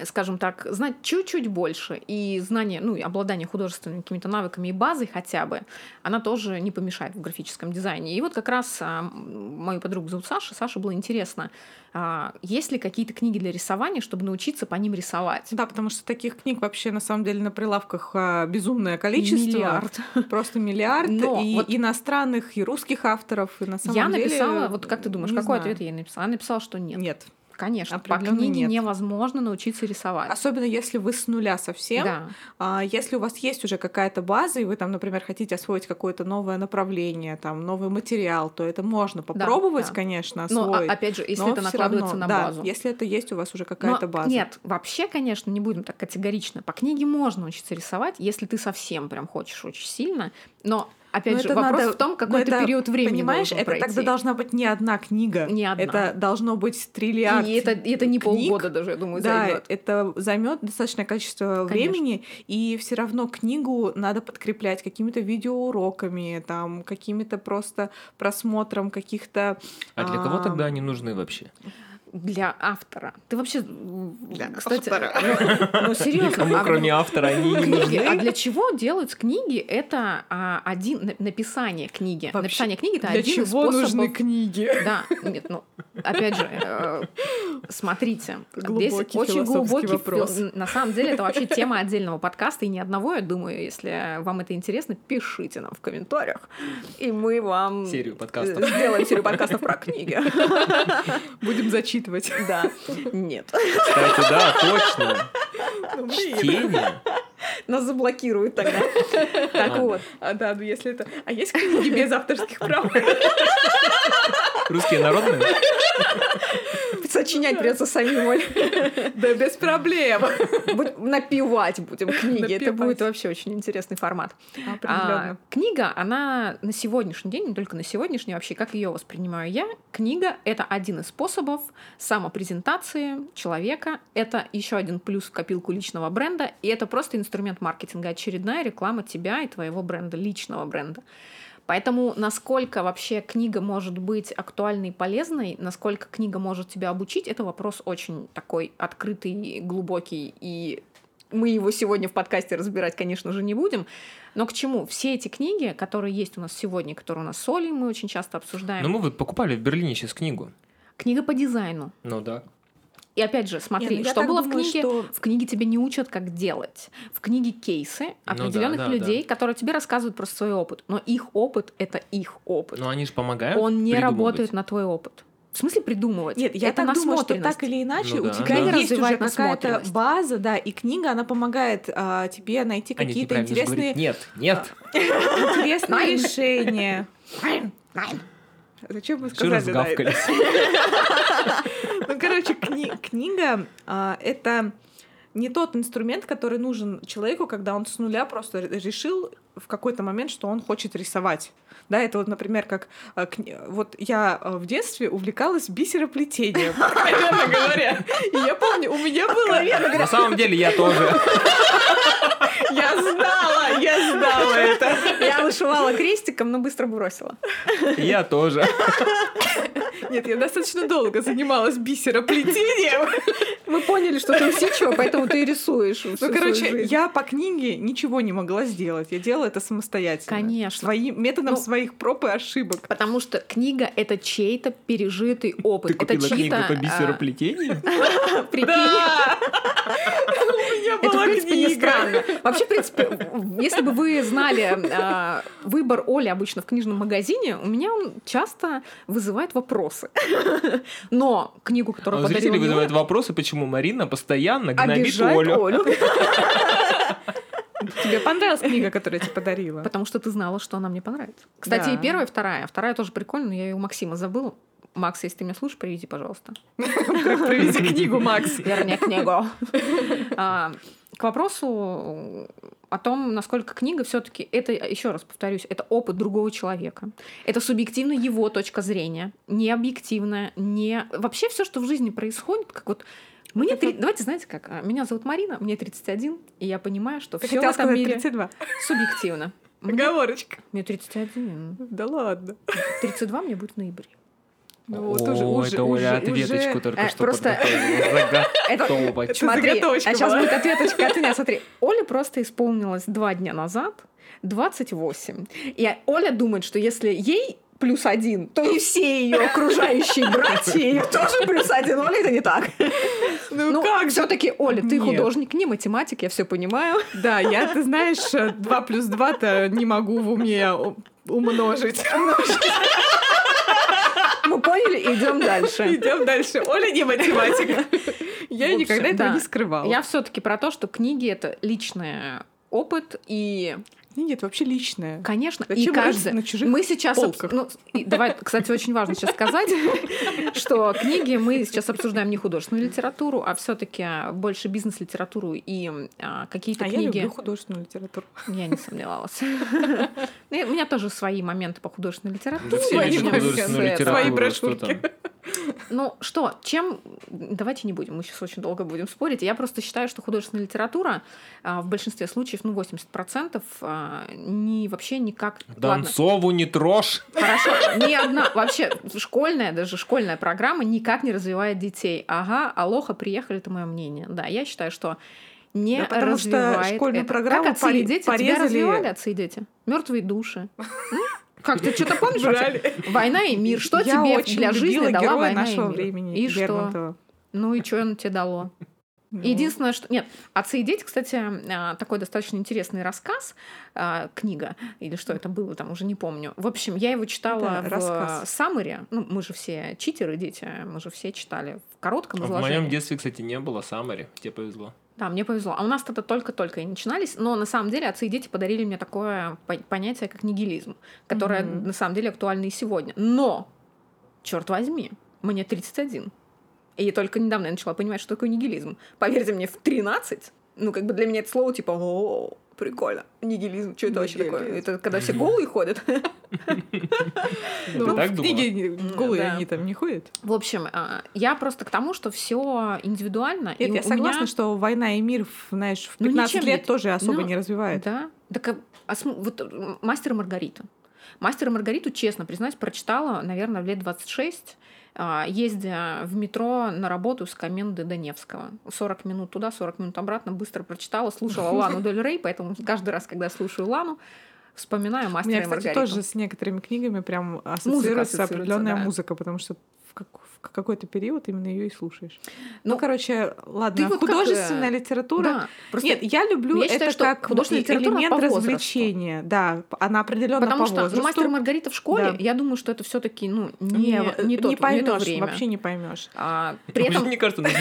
A: скажем так, знать чуть-чуть больше и знание, ну и обладание художественными какими-то навыками и базой хотя бы, она тоже не помешает в графическом дизайне. И вот как раз а, м, мою подругу зовут Саша, Саше было интересно, а, есть ли какие-то книги для рисования, чтобы научиться по ним рисовать?
C: Да, потому что таких книг вообще на самом деле на прилавках а, безумное количество.
A: Миллиард.
C: Просто миллиард.
A: Но
C: и
A: вот-
C: иностранных, и русских авторов. И на самом
A: я
C: деле,
A: написала, вот как ты думаешь,
C: не
A: какой
C: знаю.
A: ответ я ей написала? Она написала, что нет.
C: Нет.
A: Конечно, по
C: определённо
A: книге
C: нет. А
A: невозможно научиться рисовать.
C: Особенно если вы с нуля совсем.
A: Да.
C: А, Если у вас есть уже какая-то база, и вы там, например, хотите освоить какое-то новое направление, там, новый материал, то это можно попробовать,
A: да.
C: конечно,
A: Но а-
C: освоить.
A: опять же, если
C: но
A: это
C: всё
A: накладывается на
C: равно, да,
A: базу.
C: Если это есть у вас уже
A: Но
C: какая-то база.
A: Нет, вообще, конечно, не будем так категорично. По книге можно научиться рисовать, если ты совсем прям хочешь очень сильно. Но опять
C: Но
A: же,
C: это
A: вопрос
C: надо-
A: в том, какой
C: но
A: ты
C: это,
A: период времени
C: Понимаешь,
A: должен
C: это
A: пройти.
C: тогда должна быть не одна книга.
A: Не одна.
C: Это должно быть триллиард.
A: И это, и это не
C: книг.
A: полгода даже, я думаю,
C: да,
A: займет.
C: это займет достаточное количество
A: Конечно.
C: времени, и все равно книгу надо подкреплять какими-то видеоуроками, там, какими-то просто просмотром каких-то.
B: А для кого
C: А.
B: тогда они нужны вообще?
A: Для автора. Ты вообще, м,
C: Для
A: кстати,
C: автора.
A: ну, ну серьезно,
B: Никому,
A: а в-
B: кроме автора, они не
A: Книги.
B: нужны.
A: А для чего делаются книги? Это а, один на- написание книги.
C: Вообще,
A: написание книги это
C: для
A: один из
C: чего
A: способов.
C: нужны книги?
A: Да, нет, ну опять же, э, смотрите,
C: Глубокий
A: здесь очень
C: философский
A: глубокий фил-
C: вопрос.
A: На самом деле это вообще тема отдельного подкаста и ни одного. Я думаю, если вам это интересно, пишите нам в комментариях, и мы вам
B: Серию подкастов.
A: э, сделаем серию подкастов про книги.
C: Будем зачитывать.
A: Да, нет,
B: Кстати, да, точно.
C: Ну, блин.
B: Чтение.
A: нас заблокируют тогда. Так
B: Ладно.
A: вот,
C: А да, ну если это. А есть книги без авторских прав?
B: Русские народные?
A: сочинять придется самим. Оль.
C: [LAUGHS] Да без проблем.
A: Будь- напевать будем книги. Это
C: Напевать.
A: будет вообще очень интересный формат. [LAUGHS] А,
C: Определенно.
A: книга, она на сегодняшний день, не только на сегодняшний вообще, как ее воспринимаю я, книга — это один из способов самопрезентации человека, это еще один плюс в копилку личного бренда, и это просто инструмент маркетинга, очередная реклама тебя и твоего бренда, личного бренда. Поэтому насколько вообще книга может быть актуальной и полезной, насколько книга может тебя обучить, это вопрос очень такой открытый, глубокий, и мы его сегодня в подкасте разбирать, конечно же, не будем. Но к чему? Все эти книги, которые есть у нас сегодня, которые у нас с Олей мы очень часто обсуждаем,
B: Ну, мы вот покупали в Берлине сейчас книгу.
A: книга по дизайну.
B: Ну да.
A: И опять же, смотри,
C: Не, ну я
A: что
C: так
A: было в
C: думаю,
A: книге?
C: что-
A: В книге тебе не учат, как делать. В книге кейсы
B: Ну да,
A: определенных
B: да,
A: людей, которые тебе рассказывают про свой опыт. Но их опыт — это их опыт.
B: Но они же помогают
A: Он не
B: Э, придумывать.
A: работает на твой опыт. В смысле придумывать?
C: Нет, я
A: это
C: так думаю, что
A: насмотренность.
C: так или иначе
B: Ну
C: у
B: да,
C: тебя
B: да.
C: есть уже
A: Развивает
C: какая-то
A: насмотренность.
C: база, да, и книга, она помогает а, тебе найти
B: А, нет,
C: какие-то
B: неправильно же
C: интересные,
B: говорить. Нет, нет.
A: А,
C: интересные
A: Найн.
C: решения. Зачем мы
B: Все
C: сказали, да, это? [LAUGHS]
B: разгавкались.
C: Ну, короче, кни- книга — а, это не тот инструмент, который нужен человеку, когда он с нуля просто р- решил в какой-то момент, что он хочет рисовать. Да, это вот, например, как э, кни- вот я э, в детстве увлекалась бисероплетением, откровенно говоря. И я помню, у меня было...
B: На самом деле я тоже.
C: Я знала, я знала это.
A: Я вышивала крестиком, но быстро бросила.
B: Я тоже.
C: Нет, я достаточно долго занималась бисероплетением.
A: Мы поняли, что ты усидчива, поэтому ты рисуешь.
C: Ну, короче, я по книге ничего не могла сделать. Я делала это самостоятельно.
A: Конечно.
C: Своим методом
A: Ну,
C: своих проб и ошибок.
A: Потому что книга — это чей-то пережитый опыт.
B: Ты купила
A: это
B: книгу
A: чьи-то...
B: по
A: а,
B: бисероплетению?
A: прикинь.
C: Да! У меня
A: Это, в
C: была
A: принципе, не
C: книга.
A: странно. Вообще, в принципе, если бы вы знали а, выбор Оли обычно в книжном магазине, у меня он часто вызывает вопросы. Но книгу, которую
B: А
A: подарила
B: Зрители
A: мне
B: вызывают
A: Оля,
B: вопросы, почему Марина постоянно гнобит
A: обижает
B: Олю.
A: Олю.
C: Тебе понравилась книга, которую я тебе подарила?
A: Потому что ты знала, что она мне понравится. Кстати,
C: Да.
A: и первая, и вторая. Вторая тоже прикольная, но я ее у Максима забыла. Макс, если ты меня слушаешь, приведи, пожалуйста.
C: Привези [LAUGHS] книгу, Макс.
A: Верни книгу. [LAUGHS] А, К вопросу о том, насколько книга все-таки это, еще раз повторюсь, это опыт другого человека. Это субъективно его точка зрения, не объективно, не вообще все, что в жизни происходит, как вот мне три- Давайте, знаете как, а, меня зовут Марина, мне 31, и я понимаю, что
C: Ты
A: все в
C: хотела
A: этом
C: сказать
A: мире
C: 32.
A: субъективно. Мне,
C: Оговорочка.
A: мне 31,
C: Да ладно.
A: 32 мне будет в ноябре.
C: Ну,
B: О,
C: вот уже- уже-
B: это Оля
C: уже-
B: ответочку
C: уже-
B: только
A: э,
B: что
A: просто-
B: подготовила.
A: [LAUGHS] Это
B: Заготовочка.
C: Это
A: Смотри, а
C: заготовочка
A: сейчас
C: была.
A: будет ответочка
C: [LAUGHS]
A: от меня. Смотри, Оля просто исполнилась два дня назад, 28. И Оля думает, что если ей плюс один, то и все ее окружающие братья ее
C: [LAUGHS]
A: тоже плюс один. Оля, это не так.
C: Ну
A: Ну,
C: как же?
A: все-таки, Оля, ты
C: Нет.
A: художник, не математик, я все понимаю. [LAUGHS]
C: Да, я, ты знаешь, 2 плюс 2-то не могу в уме у- умножить. [LAUGHS]
A: Мы поняли, идем дальше.
C: Идем дальше. Оля не математик.
A: В
C: [LAUGHS] Я
A: общем,
C: никогда этого
A: да.
C: не скрывала.
A: Я все-таки про то, что книги это личный опыт, и,
C: Книги это вообще личное.
A: конечно, и
C: Зачем
A: каждый,
C: рыться на чужих
A: Мы сейчас... абс-
C: полках.
A: ну, и давай, кстати, очень важно сейчас сказать, [LAUGHS] что книги мы сейчас обсуждаем не художественную литературу, а все таки больше бизнес-литературу и а, какие-то
C: А я
A: книги...
C: люблю художественную [LAUGHS] литературу.
A: Я не сомневалась. Ну, и У меня тоже свои моменты по художественной
B: Да
A: литературе.
B: все
C: Они
B: любят
A: Начнём с
B: художественную
A: этого.
C: Свои
B: литературу, а что
C: брошюрки.
B: там.
A: Ну что, чем... Давайте не будем, мы сейчас очень долго будем спорить. Я просто считаю, что художественная литература а, в большинстве случаев, ну, 80%, а, не, вообще никак... Ладно.
B: Донцову не трожь.
A: Хорошо, ни одна, вообще школьная, даже школьная программа никак не развивает детей. Ага, алоха, приехали, это мое мнение. Да, я считаю, что не
C: Да, потому что
A: развивает
C: школьную
A: это.
C: программу
A: как отцы
C: пори-
A: и дети тебя
C: порезали.
A: развивали, отцы и дети? Мертвые души. М? Как ты что-то помнишь? вообще? Война и мир. Что
C: я
A: тебе
C: очень
A: для жизни
C: любила
A: дала
C: героя
A: война и
C: нашего
A: мир?
C: времени.
A: И что?
C: Лермонтова.
A: Ну и что оно тебе дало?
C: Ну,
A: Единственное, что... Нет, «Отцы и дети», кстати, а, такой достаточно интересный рассказ, а, книга, или что это было, там уже не помню. В общем, я его читала
C: Да,
A: в
C: рассказ.
A: Саммере. Ну, мы же все читеры, дети, мы же все читали в коротком
B: А В
A: изложении.
B: моем детстве, кстати, не было Самари. Тебе повезло.
A: Да, мне повезло. А у нас тогда только-только и начинались. Но на самом деле отцы и дети подарили мне такое по- понятие, как нигилизм, которое
C: Мгм.
A: на самом деле актуально и сегодня. Но, черт возьми, мне 31. И я только недавно я начала понимать, что такое нигилизм. Поверьте мне, в 13, ну, как бы для меня это слово типа о прикольно, нигилизм, что это вообще такое?
C: Нигилизм.
A: Это когда все голые ходят. [LAUGHS]
B: Ты
C: Ну,
B: так
C: в
B: думала?
C: книге голые
A: да.
C: они там не ходят.
A: В общем, а, я просто к тому, что все индивидуально. и
C: Нет, я
A: у меня-
C: согласна, что «Война и мир», в, знаешь, в
A: Ну,
C: 15
A: ничем
C: лет
A: ведь.
C: тоже особо
A: Ну,
C: не развивает.
A: Да. Так, а- а см- вот м, мастер и Маргарита. Мастер и Маргариту, честно признаюсь, прочитала, наверное, в лет 26, а, ездя в метро на работу с Каменды до Невского. 40 минут туда, 40 минут обратно, быстро прочитала,
C: [LAUGHS]
A: слушала Лану Дель Рей, поэтому каждый раз, когда слушаю Лану, вспоминаю
C: У
A: мастера
C: меня,
A: и
C: кстати,
A: Маргариту.
C: тоже с некоторыми книгами прям ассоциируется
A: ассоциируется,
C: определенная
A: да.
C: музыка, потому что в, как- в какой-то период именно ее и слушаешь. Ну,
A: Ну,
C: короче, ладно,
A: вот как, э,
C: художественная литература.
A: Да, просто
C: Нет, я люблю
A: я
C: это
A: считаю, что
C: как
A: художественная
C: и
A: литература, она
C: элемент
A: по возрасту.
C: развлечения. Да, п- она определенно
A: Потому
C: по
A: что ну,
C: возрасту.
A: мастер и Маргарита в школе,
C: Да.
A: я думаю, что это все-таки ну, не,
C: не,
A: не,
C: не,
A: тот, не то
C: поймешь,
A: время.
C: вообще не поймешь. [LAUGHS]
A: А, при этом...
B: Мне кажется, нужно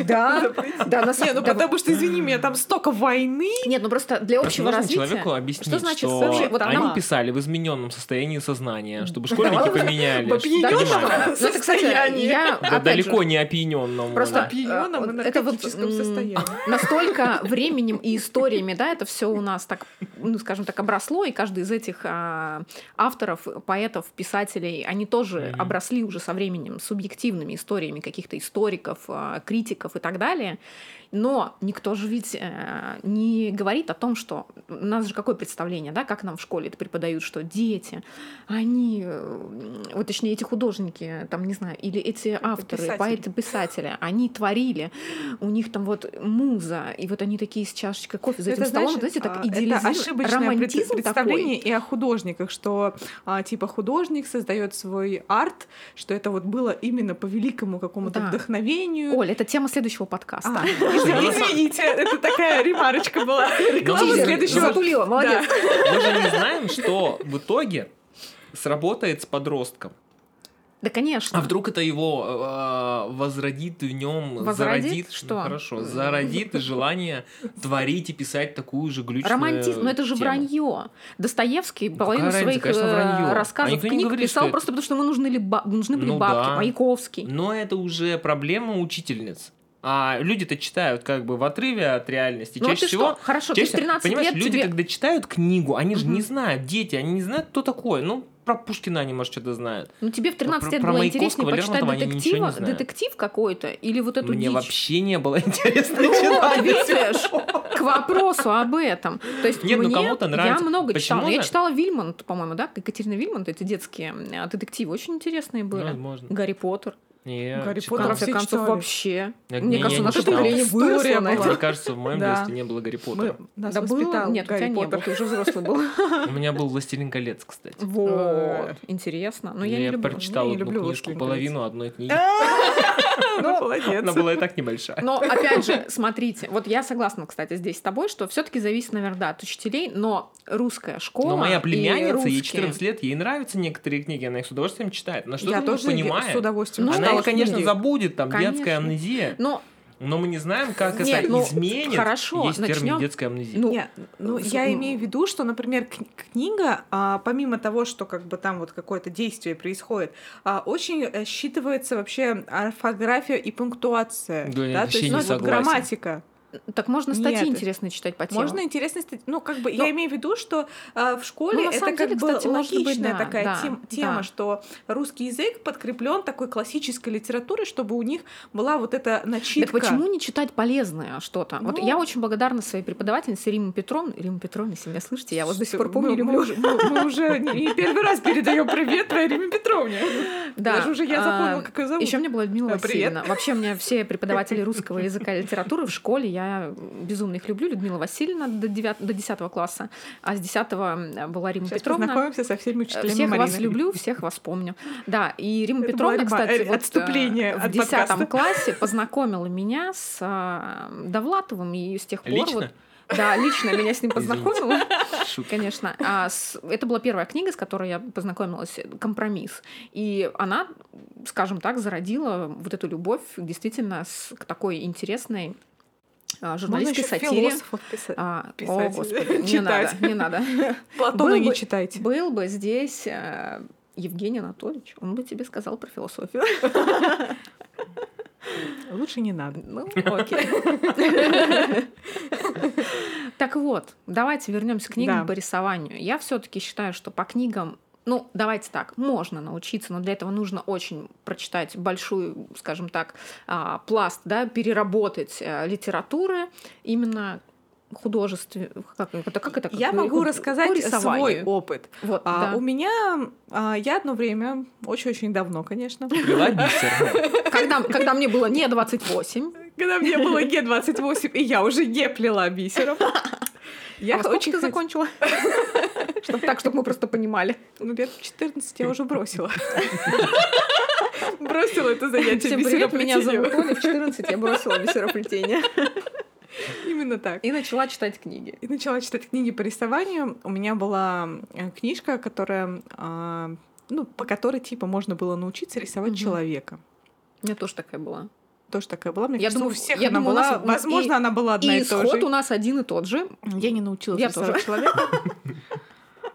A: [LAUGHS]
B: А
A: Да, да, на
C: Не,
A: самом
C: ну
A: да,
C: потому что, извини меня, там столько войны.
A: Нет, ну просто для
B: Просто
A: общего
B: нужно
A: развития.
B: человеку объяснить,
A: Что
B: что,
A: значит вообще вот
B: они
A: она-
B: писали в измененном состоянии сознания, чтобы школьники поменяли.
C: В
B: что ты
A: [LAUGHS]
B: понимаешь?
C: опьянённом
A: Ну, это кстати,
C: состоянии.
A: я
B: Да,
A: опять же,
B: далеко не опьяненному.
A: Просто
B: да.
C: Опьянённом
A: А,
C: и
A: вот это вот,
C: наркотическом
A: м,
C: состоянии.
A: настолько временем и историями, да, это все у нас так, ну, скажем так, обросло, и каждый из этих а, авторов, поэтов, писателей, они тоже
B: Мгм.
A: обросли уже со временем субъективными историями каких-то историков, а, критиков и так далее. Но никто же ведь э, не говорит о том, что у нас же какое представление, да, как нам в школе это преподают, что дети, они, э, вот точнее эти художники, там не знаю, или эти авторы,
C: Писатели.
A: поэты, писатели, они творили, у них там вот муза, и вот они такие с чашечкой кофе за
C: Ну,
A: этим
C: это,
A: столом,
C: знаешь,
A: знаете,
C: а,
A: так
C: это
A: идеализируют,
C: ошибочное пред-
A: романтизм такой.
C: представление и о художниках, что а, типа художник создает свой арт, что это вот было именно по великому какому-то
A: Да.
C: вдохновению.
A: Оль, это тема следующего подкаста.
C: А,
B: Ну, на самом-
C: [LAUGHS] извините, это такая ремарочка была.
A: [LAUGHS]
C: Реклама
B: тизер,
C: следующего.
A: Затулила, молодец.
C: Да.
B: Мы же не знаем, что в итоге сработает с подростком.
A: Да, конечно.
B: А вдруг это его э, возродит в нем,
A: Возродит?
B: зародит,
A: Что?
B: ну, хорошо, зародит желание творить и писать такую же глючную
A: Романтизм, но это же
B: тему.
A: вранье. Достоевский половину
B: Ну, какая разница,
A: своих
B: конечно,
A: э,
B: вранье. А
A: рассказов
B: никто не
A: книг
B: говорит,
A: писал
B: что это-
A: просто потому, что ему нужны, ли ба- нужны были
B: Ну
A: бабки.
B: да.
A: Маяковский.
B: Но это уже проблема учительниц. А люди-то читают как бы в отрыве от реальности.
A: Ну вот
B: Чаще
A: ты
B: всего
A: что? Хорошо, ты
B: Честно,
A: в 13
B: понимаешь,
A: лет
B: люди,
A: тебе...
B: когда читают книгу, они же не
A: Мгм.
B: знают, дети, они не знают, кто такой. Ну, про Пушкина они, может, что-то знают.
A: Ну тебе в 13
B: про-
A: лет
B: про
A: было
B: Маяковского,
A: интереснее
B: Лермонтова
A: почитать
B: они ничего не
A: детектива,
B: знают.
A: детектив какой-то или вот эту
B: Мне
A: дичь.
B: вообще не было [LAUGHS] интересно
A: Ну, вот
B: читать.
A: видишь, к вопросу об этом. То есть
B: Нет, ну,
A: мне-
B: кому-то нравится.
A: Я много
B: Почему
A: читала. Я
B: же?
A: читала Вильмонт, по-моему, да? Екатерина Вильмонт, эти детские э, детективы очень интересные были.
B: Возможно.
A: Гарри Поттер.
B: Не,
C: Гарри
A: В
B: читал.
C: Поттера
A: конце
C: все
A: концов,
C: читали.
A: вообще.
B: Я-
A: Мне
B: не,
A: кажется,
B: я не
A: наша
B: читал.
A: поколение выросло
C: История
A: на
C: была.
A: этом.
B: Мне А кажется, в моем
C: Да.
B: детстве не было Гарри Поттера.
C: Мы- Нас
A: Да был?
C: воспитал
A: Нет, у тебя
C: Гарри
A: не было,
C: Поттер.
A: ты уже взрослый был.
B: У меня был «Властелин колец», кстати. Э.
A: Вот, интересно. Но Ну, я не люблю.
B: прочитал
C: я не
B: одну
C: люблю
B: книжку,
C: «Властелин
B: половину одной книги.
C: [LAUGHS] Ну, молодец.
B: Она была и так небольшая.
A: Но опять же, смотрите, вот я согласна, кстати, здесь с тобой, что все-таки зависит, наверное, да, от учителей, но русская школа.
B: Но моя
A: и
B: племянница, ей
A: русские-
B: 14 лет, ей нравятся некоторые книги, она их с удовольствием читает. Она
C: Я
B: что-то не
C: тоже
B: понимает.
C: с удовольствием.
A: Ну,
B: Она
A: читала
B: их, конечно,
A: книги.
B: забудет, там
A: Конечно.
B: детская амнезия.
A: Но
B: Но мы не знаем, как
A: Нет,
B: это
A: ну,
B: изменит.
A: хорошо,
B: Есть термин
A: начнём.
B: детская амнезия.
A: Ну,
C: Нет, ну
A: с-
C: я
A: ну.
C: имею в виду, что, например, к- книга, а, помимо того, что как бы там вот какое-то действие происходит, а, очень э, считывается вообще орфография и пунктуация.
B: Да, я
C: то
B: вообще
C: есть
B: не
C: ну, вот
B: согласен.
C: грамматика.
A: так можно статьи
C: Нет.
A: интересные читать по теме.
C: Можно интересно, стать- ну как бы
A: Но-
C: я имею в виду, что а, в школе
A: Ну, на
C: это
A: самом
C: как
A: деле,
C: бы
A: кстати, может быть,
C: логичная
A: да,
C: такая
A: да,
C: тем-
A: да.
C: тема, что русский язык подкреплен такой классической литературой, чтобы у них была вот эта начитка.
A: Так почему не читать полезное что-то? Вот
C: Ну.
A: я очень благодарна своей преподавательнице Риме Петровне. Рима Петровна, если меня слышите, я вас до сих пор
C: Мы-
A: помню,
C: мы
A: люблю.
C: уже- Мы мы уже не не первый раз передаем привет твоей Риме Петровне.
A: Да.
C: Даже уже я
A: А,
C: запомнила, как ее зовут.
A: Еще мне была Людмила
C: Да, привет.
A: Васильевна. Вообще, у меня
C: [LAUGHS]
A: все преподаватели русского языка и литературы в школе. Я безумно их люблю. Людмила Васильевна до, 9, до 10 класса, а с 10 была Рима
C: Сейчас
A: Петровна.
C: познакомимся со всеми учителями
A: Э, Всех
C: Марины.
A: вас люблю, всех вас помню. Да, и Рима
C: Это
A: Петровна,
C: была рема-
A: кстати,
C: э,
A: вот, э,
C: отступление
A: в
C: от
A: 10
C: подкаста. [LAUGHS]
A: классе познакомила меня с э, Довлатовым, и с тех пор... вот-
B: Лично?
A: да, лично меня с ним познакомила.
B: Шутка.
A: Конечно. А с- Это была первая книга, с которой я познакомилась, э, «Компромисс». И она, скажем так, зародила вот эту любовь действительно с- к такой интересной а, журналистской
C: ещё
A: сатире.
C: философов писать.
A: А, О,
C: писать,
A: Господи, не надо,
C: [LAUGHS] читать.
A: не надо.
C: Платона
A: Был
C: не
A: бы-
C: читайте.
A: Был бы здесь э, Евгений Анатольевич, он бы тебе сказал про [LAUGHS] философию.
C: Лучше не надо.
A: Ну, окей. [LAUGHS] Так вот, давайте вернемся к книгам
C: Да.
A: по рисованию. Я все-таки считаю, что по книгам, ну, давайте так, можно научиться, но для этого нужно очень прочитать большую, скажем так, а, пласт, да, переработать э, литературы именно художестве. Как это? Как это
C: Я
A: Как-
C: могу
A: по
C: рассказать
A: рисованию.
C: свой опыт.
A: Вот,
C: А,
A: да.
C: У меня а, я одно время, очень-очень давно, конечно, [LAUGHS]
B: Прила бисер.
A: когда, когда мне было [LAUGHS] не 28,
C: когда мне было Г28, и я уже не плела
A: [LAUGHS]
C: бисером.
A: я
C: Я
A: а во сколько
C: очень
A: ты
C: хот-
A: закончила? Чтоб- так, чтобы мы просто понимали.
C: Ну, лет в 14 я уже
A: [LAUGHS]
C: бросила. Бросила это занятие
A: Всем привет, меня зовут
C: бисероплетением.
A: Оля. В 14 я бросила бисероплетение
C: Именно так.
A: и начала читать книги.
C: И начала читать книги по рисованию. У меня была э, книжка, которая, а, ну, по которой, типа, можно было научиться рисовать
A: Мгм.
C: человека.
A: У меня тоже такая была.
C: Тоже такая была. Мне
A: Я
C: кажется,
A: думаю,
C: у всех
A: я
C: она
A: думаю, у
C: была.
A: нас- у-
C: Возможно,
A: и-
C: она была одна
A: И
C: и, та
A: исход
C: же.
A: у нас один и тот же.
C: Я не научилась
A: Я
C: рисовать человека. [LAUGHS]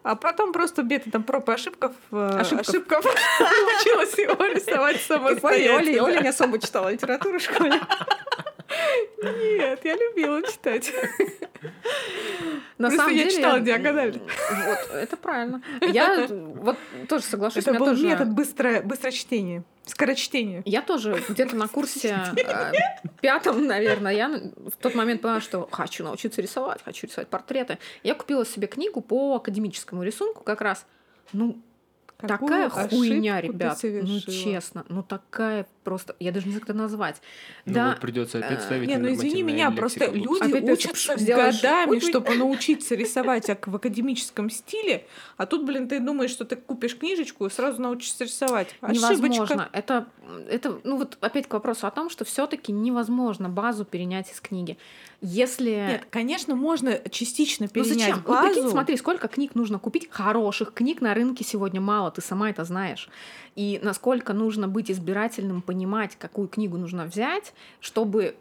C: А потом просто где-то там проб и ошибков. э,
A: Ошибков.
C: ошибков [LAUGHS] Научилась его рисовать
A: И Оля, Оля,
C: самостоятельно.
A: Оля
C: [LAUGHS]
A: не особо читала литературу в школе.
C: Нет, я любила читать.
A: На
C: Просто
A: самом
C: я
A: деле,
C: читала
A: м,
C: диагональ.
A: Вот, это правильно. Я вот тоже соглашусь. у
C: Это
A: меня
C: был
A: тоже-
C: метод быстро- быстрочтения, скорочтения.
A: Я тоже где-то на курсе э, пятом, наверное, я в тот момент поняла, что хочу научиться рисовать, хочу рисовать портреты. Я купила себе книгу по академическому рисунку как раз. Ну,
C: Какую
A: такая
C: ошибку
A: хуйня,
C: ты
A: ребят. Ну,
C: совершила?
A: честно. Ну, такая просто... Я даже не знаю, как это назвать.
B: Ну,
A: да.
B: вот придется опять
A: э,
B: ставить
C: Не, ну извини
B: нормативное
C: меня, просто
B: лексикобук.
C: люди
A: Опять придётся
C: учатся
A: пш- сделаешь
C: годами,
A: хуй-хуй. [LAUGHS]
C: чтобы научиться рисовать ак- в академическом стиле, а тут, блин, ты думаешь, что ты купишь книжечку и сразу научишься рисовать. Ошибочка.
A: Невозможно. Это, это, ну вот опять к вопросу о том, что все-таки невозможно базу перенять из книги. Если
C: Нет, конечно, можно частично
A: Ну
C: перенять
A: зачем? Вот прикинь,
C: базу.
A: смотри, сколько книг нужно купить. Хороших книг на рынке сегодня мало, ты сама это знаешь. И насколько нужно быть избирательным, понимать, какую книгу нужно взять, чтобы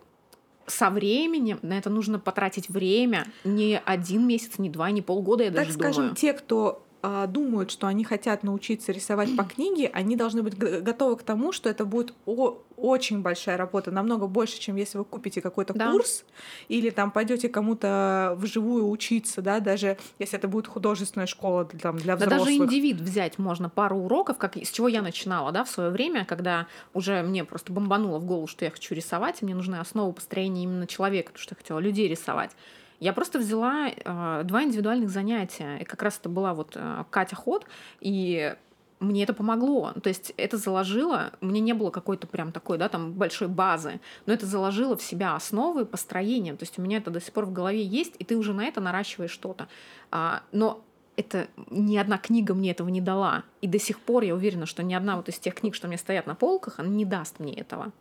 A: со временем, на это нужно потратить время, не один месяц, не два, не полгода, я
C: так
A: даже
C: скажем,
A: думаю.
C: те, кто а, думают, что они хотят научиться рисовать по книге, они должны быть г- готовы к тому, что это будет о- очень большая работа, намного больше, чем если вы купите какой-то
A: Да.
C: курс или там пойдете кому-то вживую учиться, да, даже если это будет художественная школа для, там, для
A: Да
C: взрослых.
A: даже индивид взять можно пару уроков, как, с чего я начинала, да, в свое время, когда уже мне просто бомбануло в голову, что я хочу рисовать, и мне нужны основы построения именно человека, потому что я хотела людей рисовать. Я просто взяла э, два индивидуальных занятия, и как раз это была вот э, Катя Ход, и мне это помогло. Ну, То есть это заложило, у меня не было какой-то прям такой, да, там большой базы, но это заложило в себя основы построения. То есть у меня это до сих пор в голове есть, и ты уже на это наращиваешь что-то. А, но это ни одна книга мне этого не дала. И до сих пор я уверена, что ни одна вот из тех книг, что у меня стоят на полках, она не даст мне этого.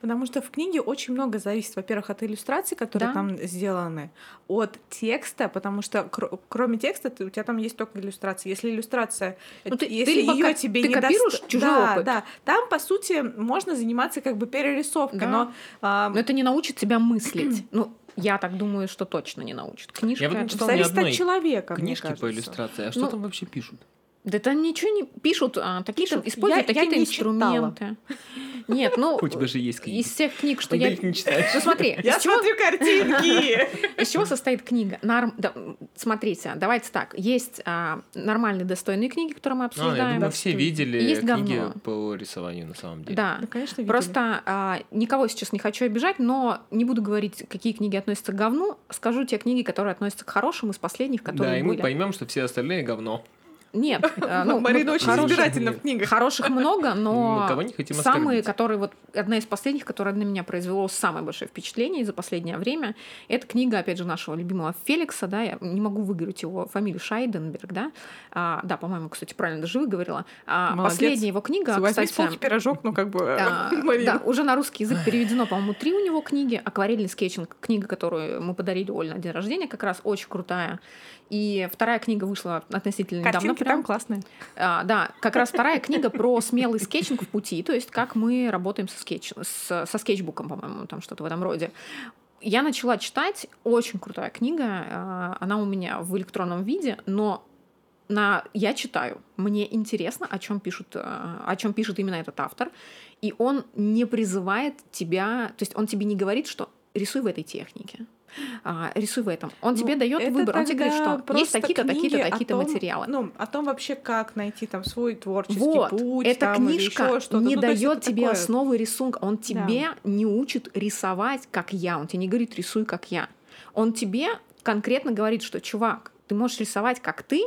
C: Потому что в книге очень много зависит, во-первых, от иллюстраций, которые
A: Да.
C: там сделаны, от текста, потому что кр- кроме текста ты- у тебя там есть только иллюстрации. Если иллюстрация,
A: Ну, ты- ты
C: если
A: либо
C: её
A: ко- ты
C: даст-
A: копируешь чужой
C: да,
A: опыт.
C: да, там по сути можно заниматься как бы перерисовкой,
A: Да.
C: но а,
A: Но Ну, это не научит тебя
C: [CLEARS THROAT]
A: мыслить. Ну, я так думаю, что точно не научит. Книжка.
B: Я вот не читал ни
C: зависит от
B: одной
C: человека. мне
B: книжки по
C: кажется.
B: иллюстрации. А что
A: Ну,
B: там вообще пишут?
A: Да там ничего не пишут, а, такие-то
C: Пишут.
A: используют
C: Я- я
A: такие-то
C: не
A: инструменты. [LAUGHS] Нет, ну
B: У тебя же есть книги.
A: из всех книг, что
B: Ну,
A: я.
B: ты их не читаешь.
A: [LAUGHS] Ну смотри,
C: Я
A: из чего
C: смотрю
A: [LAUGHS]
C: картинки.
A: Из чего состоит книга? Нар- да, м, смотрите, давайте так. Есть а, нормальные достойные книги, которые мы
B: А,
A: обсуждаем.
B: я думаю, все видели э,
A: Есть
B: книги
A: говно.
B: по рисованию на самом деле.
A: Да.
C: Ну, конечно, видели.
A: Просто а, никого сейчас не хочу обижать, но не буду говорить, какие книги относятся к говну. Скажу те книги, которые относятся к хорошим из последних, которые
B: Да, и мы
A: были.
B: поймем, что все остальные говно. [LAUGHS]
A: Нет, а, ну,
C: Марина
A: мы-
B: хорошие.
C: очень
A: хороших,
C: избирательна в книгах.
A: хороших
B: [LAUGHS]
A: много, но
B: Мы кого не хотим
A: самые,
B: оскорбить.
A: которые вот одна из последних, которая на меня произвела самое большое впечатление за последнее время, это книга, опять же, нашего любимого Феликса, да, я не могу выговорить его фамилию Шайденберг, да, А, да, по-моему, кстати, правильно даже выговорила. А,
C: Молодец.
A: последняя его книга,
C: Возьми с
A: кстати,
C: полки пирожок, ну как бы, [LAUGHS]
A: а,
C: Марина.
A: да, уже на русский язык переведено, по-моему, три у него книги. Акварельный скетчинг, книга, которую мы подарили Оле на день рождения, как раз очень крутая. И вторая книга вышла относительно недавно.
C: Картинки
A: прям.
C: там классные.
A: А, да, как раз вторая книга про смелый скетчинг в пути, то есть как мы работаем со, скетч, с- со скетчбуком, по-моему, там что-то в этом роде. Я начала читать, очень крутая книга, а, она у меня в электронном виде, но на, я читаю, мне интересно, о чем пишут, а, о чем пишет именно этот автор, и он не призывает тебя, то есть он тебе не говорит, что рисуй в этой технике, а, рисуй в этом. Он
C: Ну,
A: тебе дает
C: это
A: выбор, он тебе говорит,
C: тогда
A: что есть
C: просто
A: такие-то,
C: книги
A: такие-то,
C: о
A: такие-то
C: том,
A: материалы.
C: Ну, о том вообще, как найти там свой творческий
A: Вот,
C: путь.
A: эта
C: там, или
A: книжка
C: ещё что-то.
A: не
C: Ну, то есть
A: дает
C: это
A: тебе
C: такое.
A: основы рисунка. Он тебе не учит рисовать, как я. Он тебе не говорит, рисуй, как я. Он тебе конкретно говорит, что, чувак, ты можешь рисовать, как ты,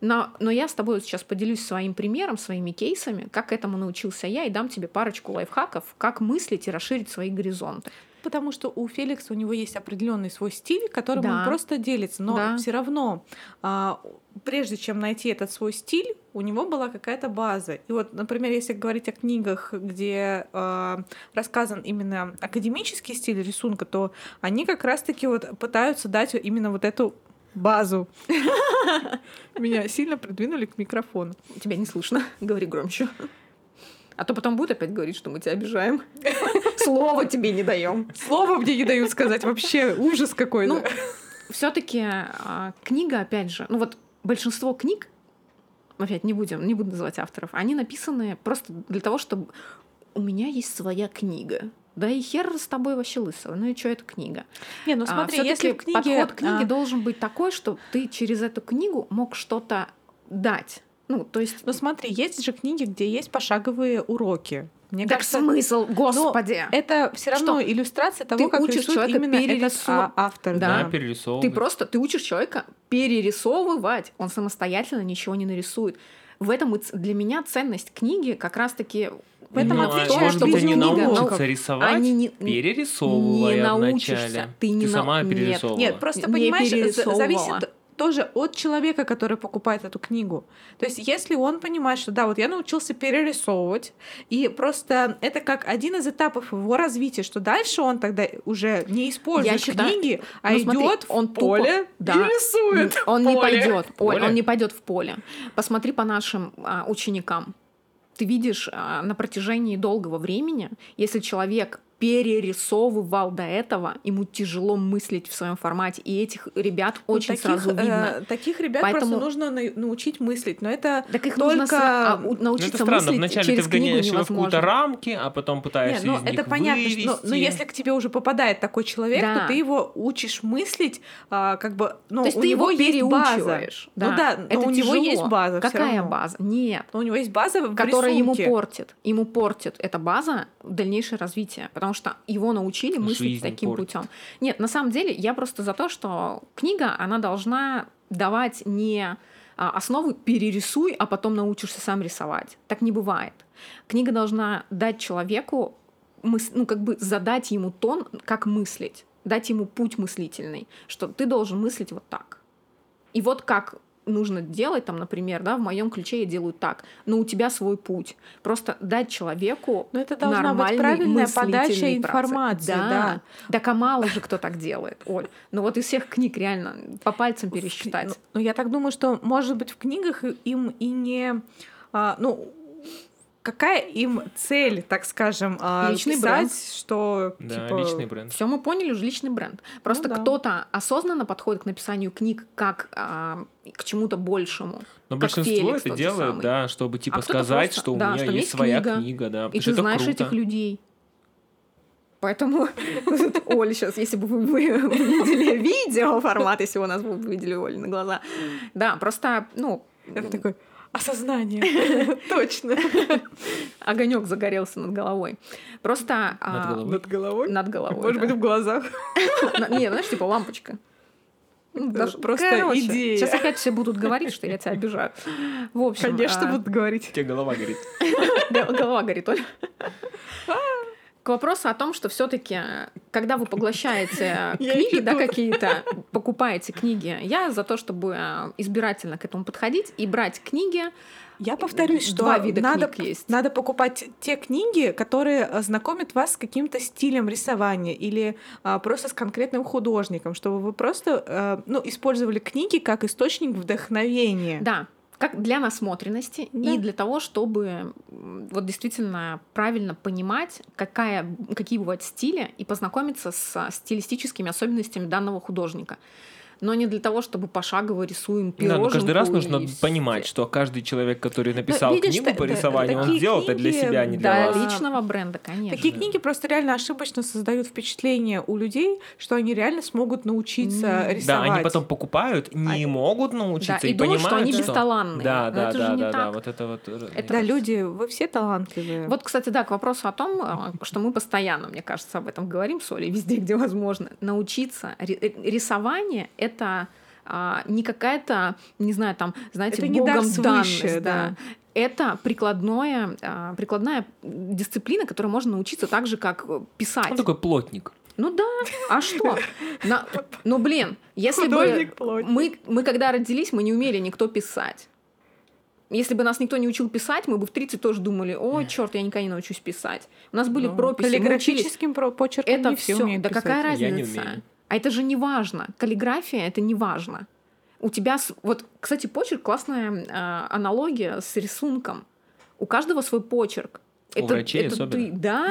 A: но, но я с тобой вот сейчас поделюсь своим примером, своими кейсами, как этому научился я, и дам тебе парочку лайфхаков, как мыслить и расширить свои горизонты.
C: Потому что у Феликса у него есть определенный свой стиль, которым
A: Да.
C: он просто делится. Но
A: Да.
C: все равно, а, прежде чем найти этот свой стиль, у него была какая-то база. И вот, например, если говорить о книгах, где а, рассказан именно академический стиль рисунка, то они как раз-таки вот пытаются дать именно вот эту базу. [LAUGHS] Меня сильно придвинули к микрофону.
A: Тебя не слышно, [LAUGHS] говори громче. А то потом будут опять говорить, что мы тебя обижаем. Слово тебе не даем.
C: Слово мне не дают сказать вообще ужас какой-то.
A: Ну, все-таки а, книга, опять же, ну вот большинство книг, опять не будем, не буду называть авторов, они написаны просто для того, чтобы у меня есть своя книга. Да и хер с тобой вообще лысого. Ну и что это книга?
C: Не, ну
A: А,
C: смотри,
A: всё-таки
C: если в книге...
A: подход к книге
C: а,
A: должен быть такой, что ты через эту книгу мог что-то дать. Ну, то есть
C: Ну смотри, есть же книги, где есть пошаговые уроки. Мне
A: так
C: кажется, ну,
A: смысл, господи.
C: это все равно иллюстрация того, как
A: учишь
C: рисует
A: человека
C: именно этот
A: перерису-
C: а, автор.
A: Да.
B: Да, перерисовывать.
A: Ты просто, ты учишь человека перерисовывать, он самостоятельно ничего не нарисует. В этом и ц- для меня ценность книги как раз-таки в этом
B: Ну, а
A: отличие,
C: отличие,
B: может
A: что
B: быть,
A: будет
B: они
A: книга,
B: научатся
A: но
B: рисовать,
A: Ну, они не-
B: перерисовывая
A: не научишься.
B: вначале.
A: Ты не на-
B: сама
A: нет.
B: перерисовывала.
C: Нет, просто
A: Не
C: понимаешь, за-
A: перерисовывала.
C: зависит тоже от человека, который покупает эту книгу. То есть, если он понимает, что да, вот я научился перерисовывать, и просто это как один из этапов его развития, что дальше он тогда уже не использует
A: Я считаю-
C: книги, а
A: ну,
C: идет
A: смотри, он
C: он
A: тупо-
C: поле
A: да. Ну,
C: и рисует.
A: Он не
B: поле.
A: пойдет, Оль,
B: Поле.
A: он не пойдет в поле. Посмотри по нашим а, ученикам. Ты видишь а, на протяжении долгого времени, если человек перерисовывал до этого, ему тяжело мыслить в своем формате, и этих ребят
C: Ну,
A: очень
C: таких,
A: сразу
C: э,
A: видно.
C: таких ребят
A: Поэтому-
C: просто нужно на- научить мыслить, но это
A: Так их
C: только-
A: нужно сра- а, у-
B: Ну, это
A: научиться
B: странно.
A: мыслить
B: Вначале ты
A: через книгу
B: вгоняешь его в какую-то
A: невозможно.
B: рамки, а потом пытаешься
C: Не, ну
B: из них
C: это понятно, что- но-
B: вывести.
C: но, если к тебе уже попадает такой человек,
A: Да.
C: то ты его учишь мыслить, а, как бы, ну,
A: То есть
C: у
A: ты
C: него
A: его
C: есть база.
A: переучиваешь.
C: Ну да, но
A: это
C: у него
A: тяжело.
C: есть база. всё
A: Какая
C: равно.
A: база? Нет.
C: Но у него есть база, в
A: которая ему
C: рисунке.
A: портит. Ему портит эта база дальнейшее развитие, потому что его научили мыслить
B: Жизнь
A: таким
B: портит.
A: путем. Нет, на самом деле я просто за то, что книга, она должна давать не а, основу перерисуй, а потом научишься сам рисовать. Так не бывает. Книга должна дать человеку, мыс- ну как бы задать ему тон, как мыслить, дать ему путь мыслительный, что ты должен мыслить вот так. И вот как нужно делать, там, например, да, в моем ключе я делаю так, но у тебя свой путь. Просто дать человеку
C: Но Ну, это должна
A: нормальный
C: быть правильная
A: мыслительный
C: подача
A: процесс.
C: информации,
A: Да.
C: да.
A: Так а мало же кто так делает, Оль. Ну вот из всех книг реально по пальцам пересчитать.
C: Ну, я так думаю, что, может быть, в книгах и- им и не... а, ну, какая им цель, так скажем, а,
A: Личный
C: писать,
A: бренд.
C: что,
B: Да,
C: типа,
B: личный бренд.
A: Все ну, мы поняли уже личный бренд. Просто
C: да.
A: кто-то осознанно подходит к написанию книг как а, к чему-то большему.
B: Но
A: как
B: большинство
A: Феликс тот
B: это
A: же
B: делает,
A: самый.
B: да, чтобы типа
A: А кто-то
B: сказать,
A: просто-
B: что у
A: да,
B: меня
A: что
B: есть,
A: есть
B: своя
A: книга,
B: книга, да.
A: И
B: потому что
A: ты
B: это
A: знаешь
B: круто.
A: этих людей. Поэтому, [LAUGHS] Оль, сейчас, если бы вы [LAUGHS] вы видели видео формат, если бы у нас бы видели Оль на глаза. Да, просто, ну,
C: это такое осознание. Точно.
A: [LAUGHS] огонек загорелся над головой. Просто а,
B: Над головой.
C: Ну,
D: над головой.
A: над головой,
D: Может
A: да.
D: быть, в глазах.
A: На- Не, знаешь, типа лампочка. Ну,
D: Это
A: даже-
D: просто
A: короче,
D: идея.
A: Сейчас опять все будут говорить, что я тебя обижаю. В общем,
D: Конечно,
A: а,
D: будут говорить.
B: У тебя голова горит.
A: гол- голова горит, Оля.
D: А.
A: К вопросу о том, что все-таки, когда вы поглощаете
D: Я
A: книги,
D: иду.
A: да, какие-то, покупаете книги, я за то, чтобы а, избирательно к этому подходить и брать книги.
C: Я повторюсь, что
A: Два вида
C: надо,
A: книг есть.
C: надо покупать те книги, которые э, знакомят вас с каким-то стилем рисования или а, просто с конкретным художником, чтобы вы просто э, ну, использовали книги как источник вдохновения.
A: Да, как для насмотренности
C: Да.
A: и для того, чтобы м, вот действительно правильно понимать, какая, какие бывают стили, и познакомиться с стилистическими особенностями данного художника. Но не для того, чтобы пошагово рисуем
B: Да,
A: пироженку.
B: но ну, каждый раз нужно
A: и всё.
B: понимать, что каждый человек, который написал
C: Ну, видишь,
B: книгу
C: та-
B: по
C: да,
B: рисованию, он
C: такие
B: сделал это для
C: книги,
B: себя, а не для
A: Для
B: вас.
C: Да.
A: личного бренда, конечно.
C: Такие
B: Да.
C: книги просто реально ошибочно создают впечатление у людей, что они реально смогут научиться
A: М. Да,
C: рисовать.
B: Да, они потом покупают, не
A: А-
B: могут
A: Да,
B: научиться
A: и
B: и
A: думают, что они
B: понимают, что...
A: бесталанные.
B: Да,
A: Но
B: да,
A: это же
B: да,
A: не
B: да, да,
A: так.
B: вот это вот. э,
A: Это-
C: Да, люди, вы все талантливые.
A: Вот, кстати, да, к вопросу о том, а, что мы постоянно, мне кажется, об этом говорим с Олей, везде, [LAUGHS] где возможно, научиться. Ри- э, Рисование — это а, не какая-то, не знаю, там, знаете,
C: Это не дар
A: богом
C: свыше,
A: данность,
C: да.
A: да. Это прикладное, а, прикладная дисциплина, которой можно научиться так же, как э, писать.
B: Он такой плотник.
A: Ну да, а что? На- Ну блин, если бы
D: Художник плоть.
A: мы, мы когда родились, мы не умели никто писать. Если бы нас никто не учил писать, мы бы в 30 тоже думали, о, черт, я никогда не научусь писать. У нас были
C: Ну,
A: прописи, мы учились.
C: Каллиграфическим про- почерком
A: Это
C: не все
A: все.
C: умеют
A: Да
C: писать.
A: какая
B: Я не
A: разница?
B: умею.
A: А это же не важно. Каллиграфия это не важно. У тебя... с- Вот, кстати, почерк классная э, аналогия с рисунком. У каждого свой почерк.
B: У врачей особенно.
A: ты,
B: [LAUGHS]
A: да?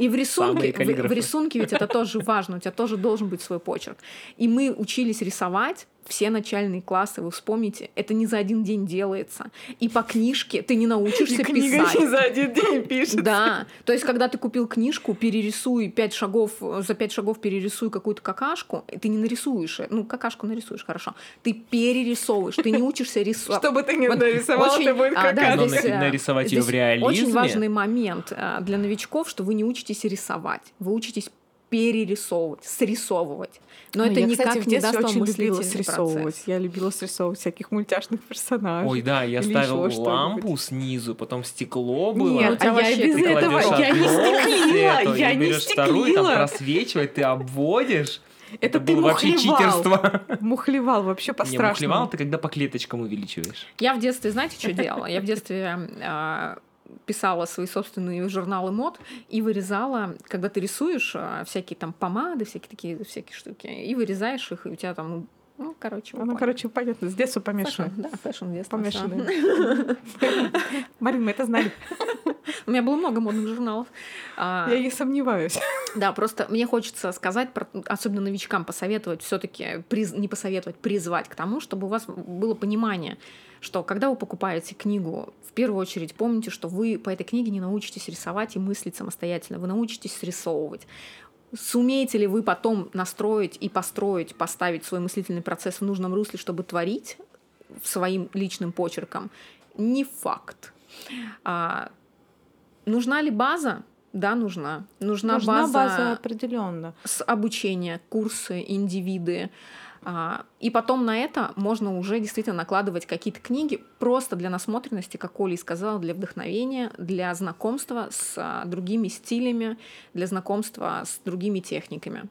A: И в рисунке,
B: Самые
A: в- в,
B: каллиграфы.
A: рисунке ведь это тоже важно, у тебя тоже должен быть свой почерк. И мы учились рисовать все начальные классы, вы вспомните, это не за один день делается. И по книжке ты не научишься
E: Книга
A: писать.
E: не за один
C: [LAUGHS]
E: день пишет.
A: Да, то есть, когда ты купил книжку, перерисуй пять шагов, э, за пять шагов перерисуй какую-то какашку, и ты не нарисуешь, э, ну, какашку нарисуешь, хорошо. Ты перерисовываешь, ты не учишься рисовать.
E: Что бы ты ни
A: Вот
E: нарисовал,
A: очень-
E: это будет
A: а, да,
E: какая
B: Но
A: здесь,
B: на-
A: э,
B: нарисовать ее
A: здесь
B: в реализме.
A: Очень важный момент э, для новичков, что вы не учитесь рисовать, вы учитесь перерисовывать, срисовывать. Но это
C: Ну, я,
A: никак
C: кстати, в
A: не даст
C: детстве
A: вам
C: очень любила
A: мыслительный
C: срисовывать.
A: процесс.
C: Я любила срисовывать всяких мультяшных персонажей.
B: Ой, да, я
C: Или
B: ставил
C: ещё что-нибудь.
B: ладу снизу, потом стекло было.
A: Нет,
C: а я и
A: вообще
C: без
B: Ты
A: ты
C: этого,
B: кладёшь
C: я не
B: одну
C: стеклила,
B: сету,
C: я
B: и
C: не
B: берёшь вторую, там
C: стеклила.
B: просвечивает, ты обводишь.
C: Это ты
B: было вообще
C: мухлевал.
B: читерство. [LAUGHS]
C: Мухлевал вообще
B: Не,
C: по-страшному.
B: мухлевал ты, когда по клеточкам увеличиваешь.
A: Я в детстве, знаете, что делала? Я в детстве э, писала свои собственные журналы мод и вырезала, когда ты рисуешь э, всякие там помады, всякие такие всякие штуки, и вырезаешь их, и у тебя там, ну, ну, короче, вы
C: Ну,
A: поняли.
C: короче, понятно, с детства
A: Фэшн,
C: помешано.
A: да, фэшн детства, всё.
C: [LAUGHS] Помешаны. Марин, мы это знали.
A: У меня было много модных журналов. А,
C: Я не сомневаюсь.
A: Да, просто мне хочется сказать, про- особенно новичкам посоветовать, все-таки не посоветовать, призвать к тому, чтобы у вас было понимание, что когда вы покупаете книгу, в первую очередь помните, что вы по этой книге не научитесь рисовать и мыслить самостоятельно, вы научитесь срисовывать. Сумеете ли вы потом настроить и построить, поставить свой мыслительный процесс в нужном русле, чтобы творить своим личным почерком? Не факт. А, нужна ли база? Да, нужна. Нужна,
C: Нужна база
A: база
C: определенно.
A: с обучения, курсы, индивиды. А, И потом на это можно уже действительно накладывать какие-то книги просто для насмотренности, как Оля и сказала, для вдохновения, для знакомства с а, другими стилями, для знакомства с другими техниками.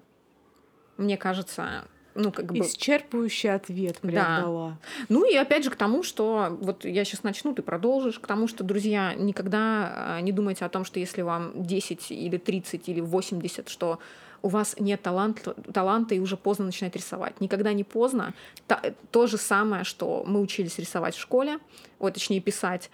A: Мне кажется, ну как бы...
C: Исчерпывающий ответ прям
A: Да.
C: дала.
A: Ну и опять же к тому, что вот я сейчас начну, ты продолжишь, к тому, что, друзья, никогда э, не думайте о том, что если вам 10 или 30 или 80, что у вас нет таланта, таланта и уже поздно начинать рисовать. Никогда не поздно. Та- э, то же самое, что мы учились рисовать в школе, ой, точнее писать.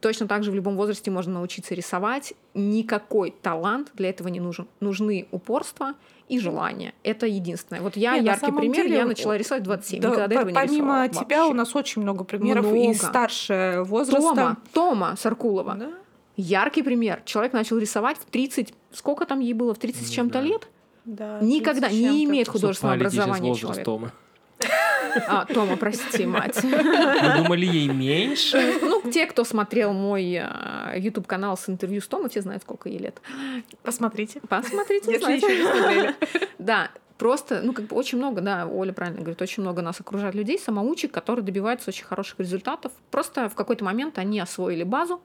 A: Точно так же в любом возрасте можно научиться рисовать. Никакой талант для этого не нужен. Нужны упорство и желание. Это единственное. Вот я
C: Не, на
A: яркий
C: самом
A: пример.
C: деле,
A: я начала рисовать в 27.
C: Да,
A: Никогда до
C: по-
A: этого не
C: помимо
A: рисовала
C: тебя
A: вообще.
C: у нас очень много примеров и
A: Много.
C: старше возраста.
A: Тома, Тома Саркулова.
C: Да.
A: Яркий пример. Человек начал рисовать в 30... Сколько там ей было? В 30 с
B: Не
A: чем-то
B: знаю.
A: лет?
C: Да,
A: Никогда
C: тридцать с
A: не
C: чем-то.
A: имеет художественного
B: Совпали сейчас
A: образования
B: возраст
A: человек.
B: Тома.
A: А, Тома, прости, мать.
C: [LAUGHS]
B: Вы думали, ей [LAUGHS] меньше?
A: Ну, те, кто смотрел мой а, YouTube-канал с интервью с Томой, все знают, сколько ей лет.
C: Посмотрите.
A: Посмотрите,
C: Если
A: узнаете.
C: еще не смотрели.
A: [LAUGHS] Да, просто, ну, как бы очень много, да, Оля правильно говорит, очень много нас окружает людей, самоучек, которые добиваются очень хороших результатов. Просто в какой-то момент они освоили базу,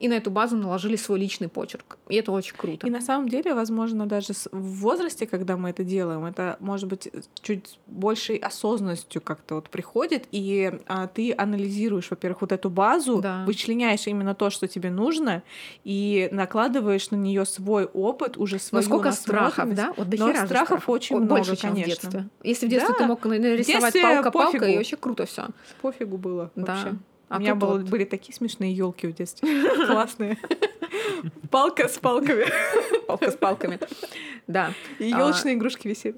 A: и на эту базу наложили свой личный почерк. И это очень круто.
C: И на самом деле, возможно, даже с- в возрасте, когда мы это делаем, это, может быть, э, чуть с большей осознанностью как-то вот приходит, и а, ты анализируешь, во-первых, вот эту базу,
A: Да.
C: вычленяешь именно то, что тебе нужно, и накладываешь на нее свой опыт, уже свою
A: Насколько страхов,
C: насмотренность.
A: да? Вот до
C: Но
A: хера же
C: страхов очень
A: О,
C: много,
A: больше, чем в
C: конечно.
A: детстве. Если в детстве
C: Да.
A: ты мог на- нарисовать
C: детстве
A: палка-палка, и
C: пофигу.
A: вообще круто все.
C: Пофигу было
A: Да.
C: вообще.
A: А
C: У меня
A: тут
C: было-
A: вот-
C: были такие смешные елки в детстве. [LAUGHS] Классные. Палка с палками.
A: палка с палками. Да.
C: И
A: А.
C: елочные игрушки висели.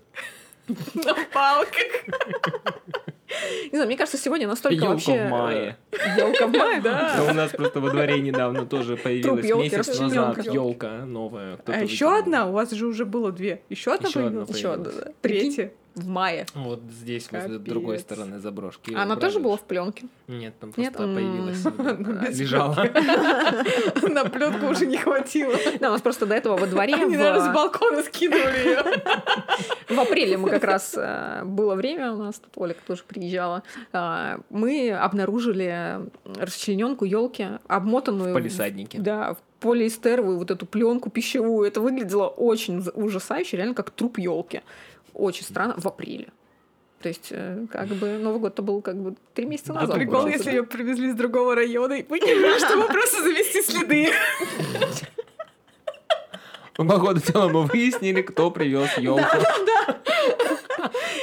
C: На палках.
A: Не знаю, мне кажется, сегодня настолько
B: Елка
A: вообще... э,
B: в [LAUGHS] мае.
A: Елка в
C: [LAUGHS]
A: мае, да.
B: Ну, э, У нас просто во дворе недавно тоже появилась
A: ёлки
B: месяц назад
A: расчленёнка.
B: елка новая. Кто-то
C: А еще
B: выкинул.
C: одна? У вас же уже было две. Еще одна
B: Ещё одна
C: появилась?
A: Еще
B: появилась.
C: Третья.
A: В мае.
B: Вот здесь, возле другой
C: Капец.
B: стороны заброшки. её
A: Она тоже
B: обрадуешь.
A: была в пленке.
B: Нет, там
A: Нет?
B: просто появилась.
C: Ну, без
B: Лежала.
C: [LAUGHS] На пленку уже не хватило.
A: Да, у нас просто до этого во дворе
C: Они, наверное, с
A: в,
C: балкона скидывали ее.
A: в апреле мы как раз э, было время у нас, тут Оля тоже приезжала. э, Мы обнаружили расчлененку елки, обмотанную в [LAUGHS]
B: Полисадники.
A: Да, в полиэстеровую вот эту пленку пищевую. Это выглядело очень за- ужасающе, реально как труп елки. Очень странно, в апреле. То есть, э, как бы, Новый год-то был как бы три месяца
B: Да,
A: назад.
C: Прикол,
A: получается,
C: если
A: да.
C: ее привезли с другого района и выкинули, чтобы просто завести следы.
B: Ну, по ходу дела мы выяснили, кто [LAUGHS] привез елку.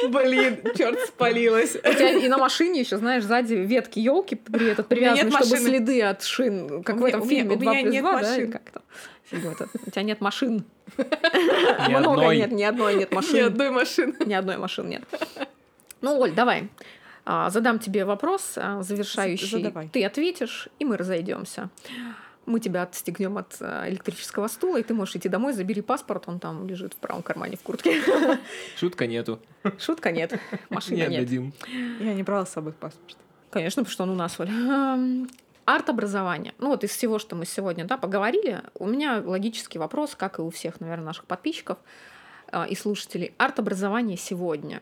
C: Блин, черт спалилась.
A: У тебя и на машине еще, знаешь, сзади ветки елки при этот
C: меня
A: привязаны,
C: нет
A: чтобы
C: машины.
A: следы от шин, как
C: У
A: в
C: меня-
A: этом
C: у меня-
A: фильме
C: у
A: 2
C: меня
A: плюс
C: нет
A: 2, да, или
C: машин.
A: как-то. У тебя нет машин.
B: Ни
A: Много
B: одной.
C: [LAUGHS]
A: нет, ни одной нет машин.
C: Ни одной машины.
A: Ни одной машины нет. Ну, Оль, давай. А, Задам тебе вопрос а, завершающий.
C: задавай.
A: Ты ответишь, и мы разойдемся. Мы тебя отстегнем от а, электрического стула, и ты можешь идти домой, забери паспорт, он там лежит в правом кармане в куртке. [LAUGHS]
B: Шутка нету.
A: Шутка нет, машина нет.
B: дадим.
C: Я не брала с собой паспорт.
A: Конечно, потому что он у нас, Оль. Эм, Арт-образование. Ну вот из всего, что мы сегодня да, поговорили, у меня логический вопрос, как и у всех, наверное, наших подписчиков э, и слушателей. Арт-образование сегодня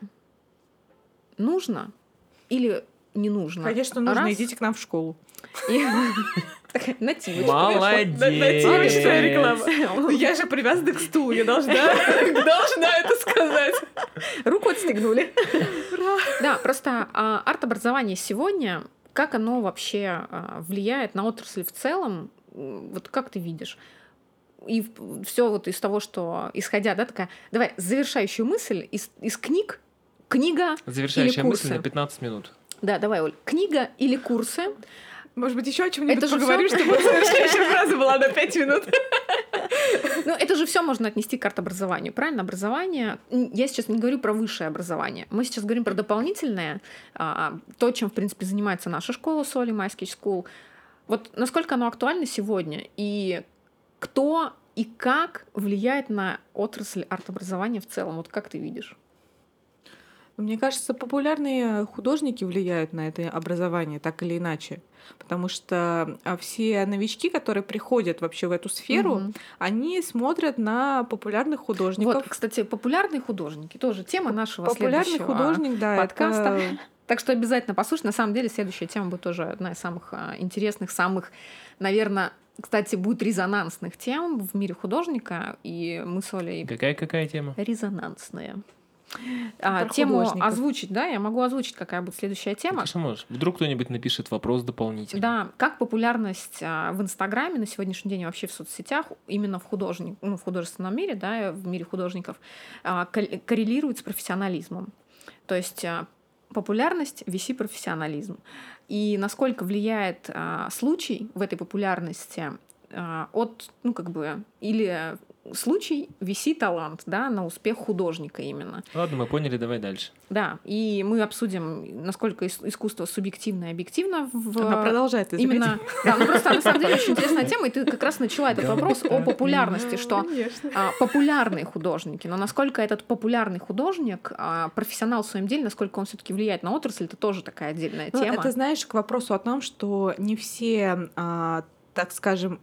A: нужно или не нужно?
C: Конечно, нужно.
A: Раз.
C: Идите к нам в школу.
A: И- [LAUGHS] Такая нативочка.
B: Молодец.
C: реклама. Ну, Я же привязана к стулу,
A: [LAUGHS]
C: я должна, должна это сказать.
A: Руку отстегнули. Да, просто а, арт-образование сегодня, как оно вообще а, влияет на отрасль в целом, М, вот как ты видишь? И все вот из того, что исходя, да, такая, давай, завершающую мысль из, из книг, книга,
B: Завершающая
A: Или курсы.
B: мысль на 15 минут.
A: да, давай, Оль, книга или курсы,
C: [LAUGHS] Может быть, еще о чем-нибудь
A: Это же
C: поговорим,
A: всё?
C: чтобы следующая фраза была на пять минут.
A: Ну, это же все можно отнести к образованию, правильно? Образование. м, Я сейчас не говорю про высшее образование. Мы сейчас говорим про дополнительное, а, то, чем, в принципе, занимается наша школа Соли, Майский School. Вот насколько оно актуально сегодня и кто и как влияет на отрасль арт-образования в целом? Вот как ты видишь?
C: Ну, Мне кажется, популярные художники влияют на это образование, так или иначе. Потому что а, все новички, которые приходят вообще в эту сферу,
A: Мгм.
C: они смотрят на популярных
A: Вот,
C: художников.
A: кстати, популярные художники тоже тема нашего
C: Популярный
A: следующего.
C: художник, да, это-
A: подкаста. Так что обязательно послушай. На самом деле, следующая тема будет тоже одна из самых а, интересных, самых, наверное, кстати, будет резонансных тем в мире художника. И мы с Олей
B: Какая-какая тема?
A: резонансные. А,
C: Про
A: тему
C: художников.
A: озвучить, да? Я могу озвучить, какая будет следующая тема.
B: Конечно, можешь. Вдруг кто-нибудь напишет вопрос дополнительный.
A: Да, как популярность а, в Инстаграме на сегодняшний день и вообще в соцсетях, именно в, художник, ну, в художественном мире, да, в мире художников, а, кол- коррелирует с профессионализмом. То есть а, популярность виси профессионализм. И насколько влияет а, случай в этой популярности а, от, ну, как бы, или случай виси талант, да, на успех художника именно.
B: Ладно, мы поняли, давай дальше.
A: Да, и мы обсудим, насколько ис- искусство субъективно и объективно в...
C: Она продолжает изучать.
A: Именно, да, ну просто на самом деле очень интересная тема, и ты как раз начала этот
B: Да.
A: вопрос о популярности, что
C: Конечно.
A: а, популярные художники, но насколько этот популярный художник, а, профессионал в своем деле, насколько он все-таки влияет на отрасль, это тоже такая отдельная
C: Ну,
A: тема.
C: Это, знаешь, к вопросу о том, что не все, а, так скажем,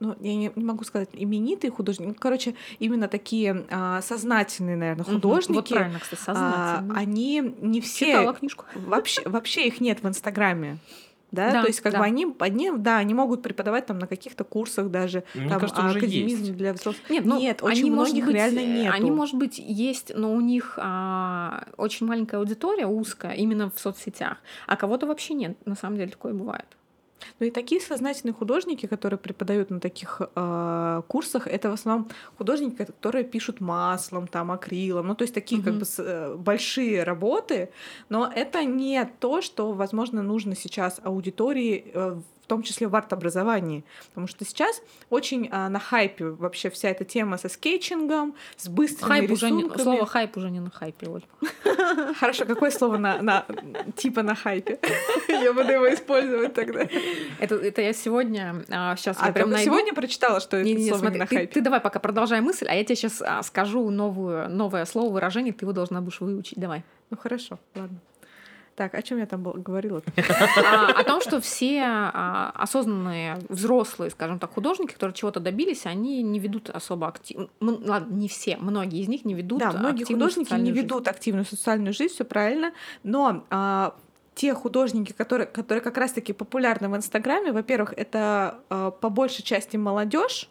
C: ну, я не, не могу сказать, именитые художники, ну, короче, именно такие а, сознательные, наверное,
A: Мгм. Вот
C: художники,
A: правильно, кстати,
C: а,
A: сознательно.
C: они не все...
A: Читала книжку.
C: Вообще, вообще их нет в Инстаграме. Да?
A: Да,
C: то есть как
A: да.
C: бы они, они, да, они могут преподавать там на каких-то курсах даже,
B: Мне
C: там
A: а
B: кажется, уже
C: академизм
B: есть.
C: для взрослых.
A: Нет, ну,
C: Нет,
A: они,
C: очень
A: может
C: многих
A: быть,
C: реально
A: э,
C: нету.
A: Они, может быть, есть, но у них а, очень маленькая аудитория, узкая, именно в соцсетях. А кого-то вообще нет. На самом деле такое бывает.
C: Ну и такие сознательные художники, которые преподают на таких э, курсах, это в основном художники, которые пишут маслом, там, акрилом, ну то есть такие как
A: Мгм.
C: бы с- э, большие работы, но это не то, что, возможно, нужно сейчас аудитории, э, в том числе в арт-образовании, потому что сейчас очень э, на хайпе вообще вся эта тема со скетчингом, с быстрыми
A: Хайп уже не,
C: рисунками.
A: слово хайп уже не на хайпе, Оль.
C: Хорошо, какое слово на, на типа на хайпе? [LAUGHS] Я буду его использовать тогда.
A: Это, это я сегодня сейчас
C: А
A: я прям
C: прям
A: найду.
C: сегодня прочитала, что это
A: Не, не,
C: слово
A: смотри,
C: на
A: ты,
C: хайпе.
A: ты давай пока продолжай мысль, а я тебе сейчас скажу новую, новое слово, выражение, ты его должна будешь выучить. Давай.
C: Ну хорошо, ладно. Так, о чем я там был- говорила?
A: А, о том, что все а, осознанные взрослые, скажем так, художники, которые чего-то добились, они не ведут особо активно. Ладно, не все, многие из них не ведут.
C: Да, многие
A: активную
C: художники не
A: социальную жизнь.
C: ведут активную социальную жизнь, все правильно, но а, те художники, которые, которые как раз-таки популярны в Инстаграме, во-первых, это а, по большей части молодежь,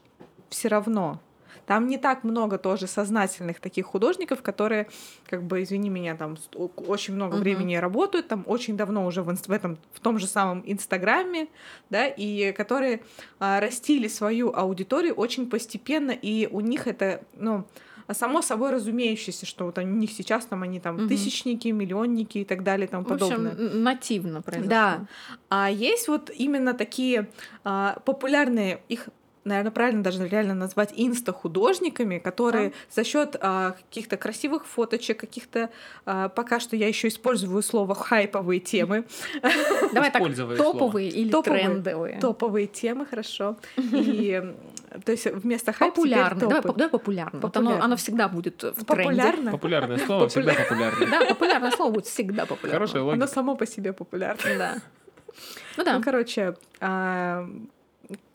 C: все равно. Там не так много тоже сознательных таких художников, которые, как бы, извини меня, там с- о- очень много
A: Мгм.
C: времени работают, там очень давно уже в, инст- в этом, в том же самом Инстаграме, да, и которые а, растили свою аудиторию очень постепенно, и у них это, ну, само собой разумеющееся, что вот у них сейчас там они там
A: Мгм.
C: тысячники, миллионники и так далее и тому
A: В общем,
C: подобное.
A: н- нативно произошло.
C: Да. А есть вот именно такие а, популярные, их наверное, правильно даже реально назвать инста-художниками, которые за счет а, каких-то красивых фоточек, каких-то а, пока что я еще использую слово хайповые темы,
A: Давай так,
B: Использовая
A: топовые или
C: Топовые.
A: трендовые.
C: топовые темы,
A: [LAUGHS]
C: хорошо. И м, то есть вместо хайп теперь
A: Популярные. Давай,
C: топы.
A: по- давай популярные. Ну, Вот
C: Популярные.
A: оно, оно всегда будет в тренде. [LAUGHS]
C: популярно.
B: Популярное слово всегда популярное.
A: Да, популярное слово будет всегда популярным.
B: Хорошая
C: Оно
B: логика.
C: само по себе популярно.
A: Да. Ну да.
C: Ну, короче, а,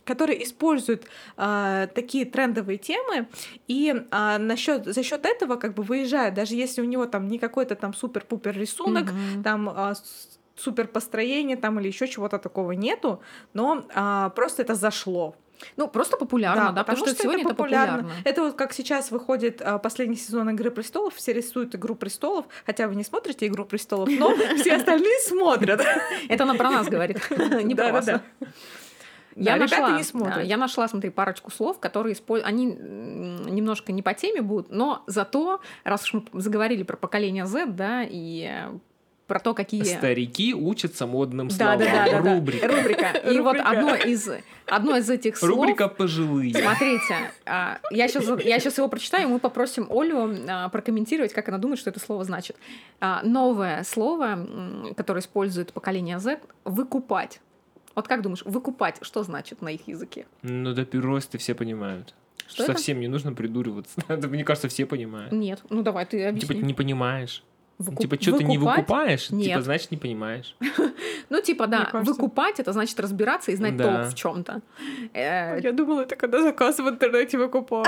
C: которые используют а, такие трендовые темы и а, насчет за счет этого как бы выезжает, даже если у него там не какой-то там супер-пупер рисунок,
A: Мгм.
C: там а, с- супер построение там или еще чего-то такого нету, но а, просто это зашло.
A: Ну, просто популярно, да, потому, что, сегодня это популярно.
C: Это вот как сейчас выходит а, последний сезон Игры престолов, все рисуют Игру престолов, хотя вы не смотрите Игру престолов,
A: [LAUGHS]
C: но все остальные смотрят.
A: Это она про нас
C: [LAUGHS]
A: говорит, Ну, не про вас.
C: Да-да-да.
A: Я
C: Да,
A: нашла,
C: ребята не
A: да,
C: смотрят.
A: я нашла, смотри, парочку слов, которые использ- они м, немножко не по теме будут, но зато, раз уж мы заговорили про поколение Z, да, и э, про то, какие
B: Старики учатся модным
A: Да,
B: словам.
A: да, да, да, да.
B: Рубрика.
A: Рубрика. И вот
C: Рубрика.
A: одно из, одно из этих слов...
B: Рубрика «Пожилые».
A: Смотрите, а, я сейчас, я сейчас его прочитаю, и мы попросим Олю а, прокомментировать, как она думает, что это слово значит. А, Новое слово, м, которое использует поколение Z, выкупать. Вот как думаешь, выкупать, что значит на их языке?
B: Ну да пиросты все понимают.
A: Что это?
B: Совсем не нужно придуриваться. [LAUGHS] Это, мне кажется, все понимают.
A: Нет, ну давай ты
B: Типа,
A: объясни.
B: ты не понимаешь.
A: Выку-
B: Типа, что ты не
A: выкупать?
B: выкупаешь, типа,
A: Нет.
B: значит,
A: [LAUGHS]
B: не понимаешь.
A: Ну типа да,
C: Мне кажется.
A: выкупать это значит разбираться и знать
B: Да.
A: толк в Э, чем-то.
C: Я думала, это когда заказ в интернете выкупала.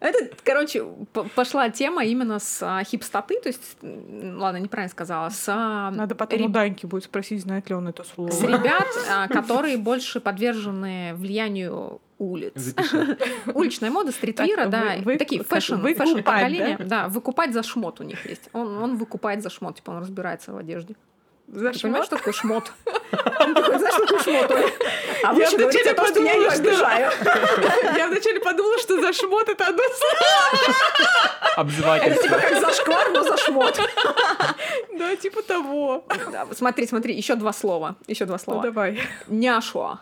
A: Это, короче, п- пошла тема именно с а, хипстоты, то есть, м, ладно, неправильно сказала, с а,
C: Надо потом
A: реб-
C: у Даньки будет спросить, знает ли он это слово.
A: с ребят, а, которые больше подвержены влиянию улиц.
B: Запиши.
A: [LAUGHS] Уличная мода, стритвира,
C: Так,
A: да,
C: вы- вы-
A: такие
C: как,
A: фэшн,
C: выкупать,
A: фэшн поколения. Да? выкупать за шмот у них есть. Он, он выкупает за шмот, типа он разбирается в одежде.
C: За
A: Ты
C: шмот?
A: понимаешь, что такое шмот? [LAUGHS] Он такой, знаешь, что такое шмот? Оля?» А вы
C: Я
A: еще
C: вначале
A: говорите о том, что я ее
C: подумала, что-
A: обижаю.
C: Я вначале подумала, что за шмот это одно слово.
A: [LAUGHS] Это [LAUGHS]
B: Обзывательство.
A: типа как зашквар, но за шмот.
C: Да, типа того.
A: Да, Смотри, смотри, еще два слова. Еще два
C: Ну
A: слова.
C: давай.
A: Няшуа.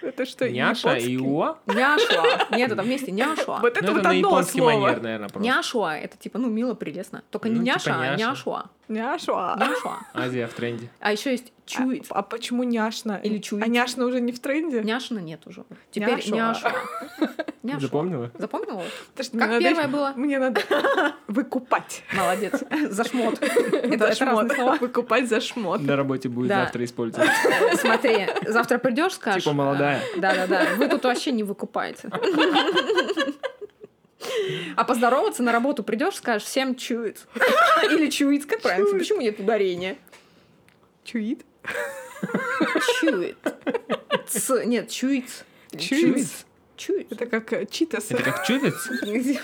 C: Это что,
B: Няша
C: японский?
B: и уа.
A: Няшуа. Нет, это вместе няшуа.
C: Вот
B: Ну,
C: это
B: это
C: вот
B: на
C: одно
B: японский манер,
C: слово.
B: наверное, просто.
A: Няшуа это типа, ну, мило, прелестно. Только не
B: Ну, типа
A: няша, а
B: няша.
A: няшуа.
C: Няшва.
A: Няшуа.
B: Азия в тренде.
A: А еще есть чует.
C: А, а почему няшно?
A: Или чует.
C: А няшно уже не в тренде?
A: Няшина нет уже. Теперь
C: Няшуа.
A: няшуа.
C: [LAUGHS]
A: Няшуа.
B: Запомнила?
A: Запомнила?
C: Потому что
A: Как
C: мне надо
A: первое
C: их-
A: было?
C: [LAUGHS] Мне надо
A: [LAUGHS]
C: выкупать.
A: Молодец. За шмот. Это
C: За
A: это разные
C: шмот.
A: слова.
C: [LAUGHS] Выкупать за шмот.
B: На работе будет
A: Да.
B: завтра использовать.
A: [LAUGHS] Смотри, завтра придешь, скажешь.
B: Типа молодая.
A: Да, да, да. Вы тут вообще не выкупаете. А поздороваться на работу придешь, скажешь, всем чует. Или чует, как правильно? Почему нет ударения?
C: Чуит.
A: Чует. Ц- Нет, чует.
C: Чует.
A: Чует.
C: Это как э, читос.
B: Это как чувец?
A: Где?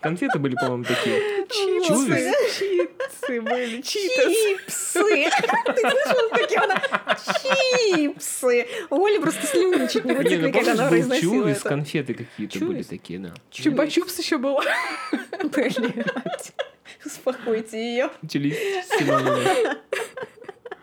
B: Конфеты были, по-моему, такие.
A: [LAUGHS]
C: Читсы. Читсы были. Читос.
A: Чипсы! [LAUGHS] Ты слышала, как я она? Чипсы! Оля просто слюничать не
B: Не, ну
A: вытекли, когда типа, она
B: помнишь, был
A: произносила
B: чувец,
A: это.
B: конфеты какие-то
A: Чувец?
B: были такие, да.
C: Чупа-чупс еще было.
A: Блядь. Успокойте ее.
B: Чили
A: [LAUGHS]
B: синонимы.
C: [LAUGHS]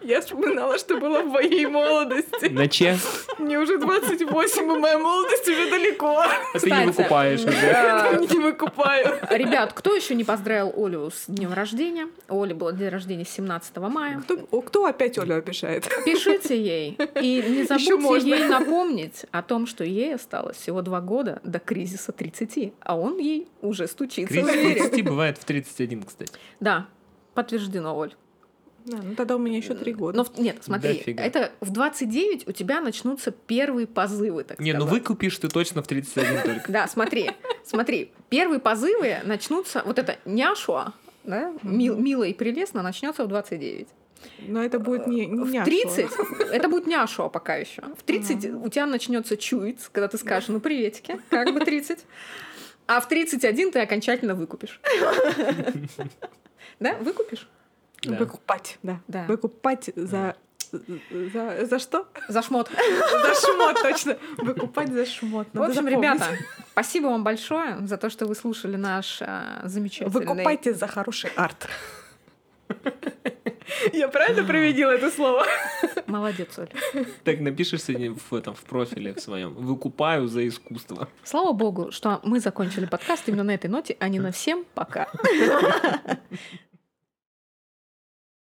C: Я вспоминала, что было в моей молодости.
B: На че?
C: Мне уже 28, и моя молодость уже далеко.
B: А ты не
A: Кстати,
B: выкупаешь
C: [LAUGHS]
B: уже.
A: э,
C: Не выкупаю.
A: Ребят, кто еще не поздравил Олю с днем рождения? У Оли было день рождения 17 мая.
C: Кто, о, кто опять Олю обижает?
A: Пишите ей. И не
C: Ещё
A: забудьте
C: можно.
A: ей напомнить о том, что ей осталось всего два года до кризиса 30. А он ей уже стучится в
B: Кризис
A: двери.
B: 30 бывает в 31, кстати.
A: Да, подтверждено, Оль.
C: Да, ну тогда у меня еще три года.
A: Но Ну, в- нет, смотри,
B: Дофига.
A: это в 29 у тебя начнутся первые позывы, так
B: Не, ну
A: сказать.
B: выкупишь ты точно в 31 только.
A: Да, смотри, смотри, первые позывы начнутся, вот это няшуа, да, мил- мило и прелестно, начнется в 29.
C: Но это будет не, не
A: в
C: няшево.
A: 30, это будет няшуа пока еще. В 30 у тебя начнется чуец, когда ты скажешь, ну, приветики, как бы 30. А в 31 ты окончательно
B: [LAUGHS]
A: выкупишь. Да, выкупишь?
B: Да.
C: Ну, Выкупать, да.
A: Да.
C: Выкупать за... За, за что?
A: За шмот.
C: За шмот, точно. Выкупать за шмот.
A: В
C: надо
A: общем,
C: запомнить.
A: ребята, спасибо вам большое за то, что вы слушали наш а, э, замечательный...
C: Выкупайте за хороший арт. Я правильно применила это слово?
A: Молодец, Оля.
B: Так напишешь сегодня в, этом, в профиле в своем. Выкупаю за искусство.
A: Слава богу, что мы закончили подкаст именно на этой ноте, а не на всем пока.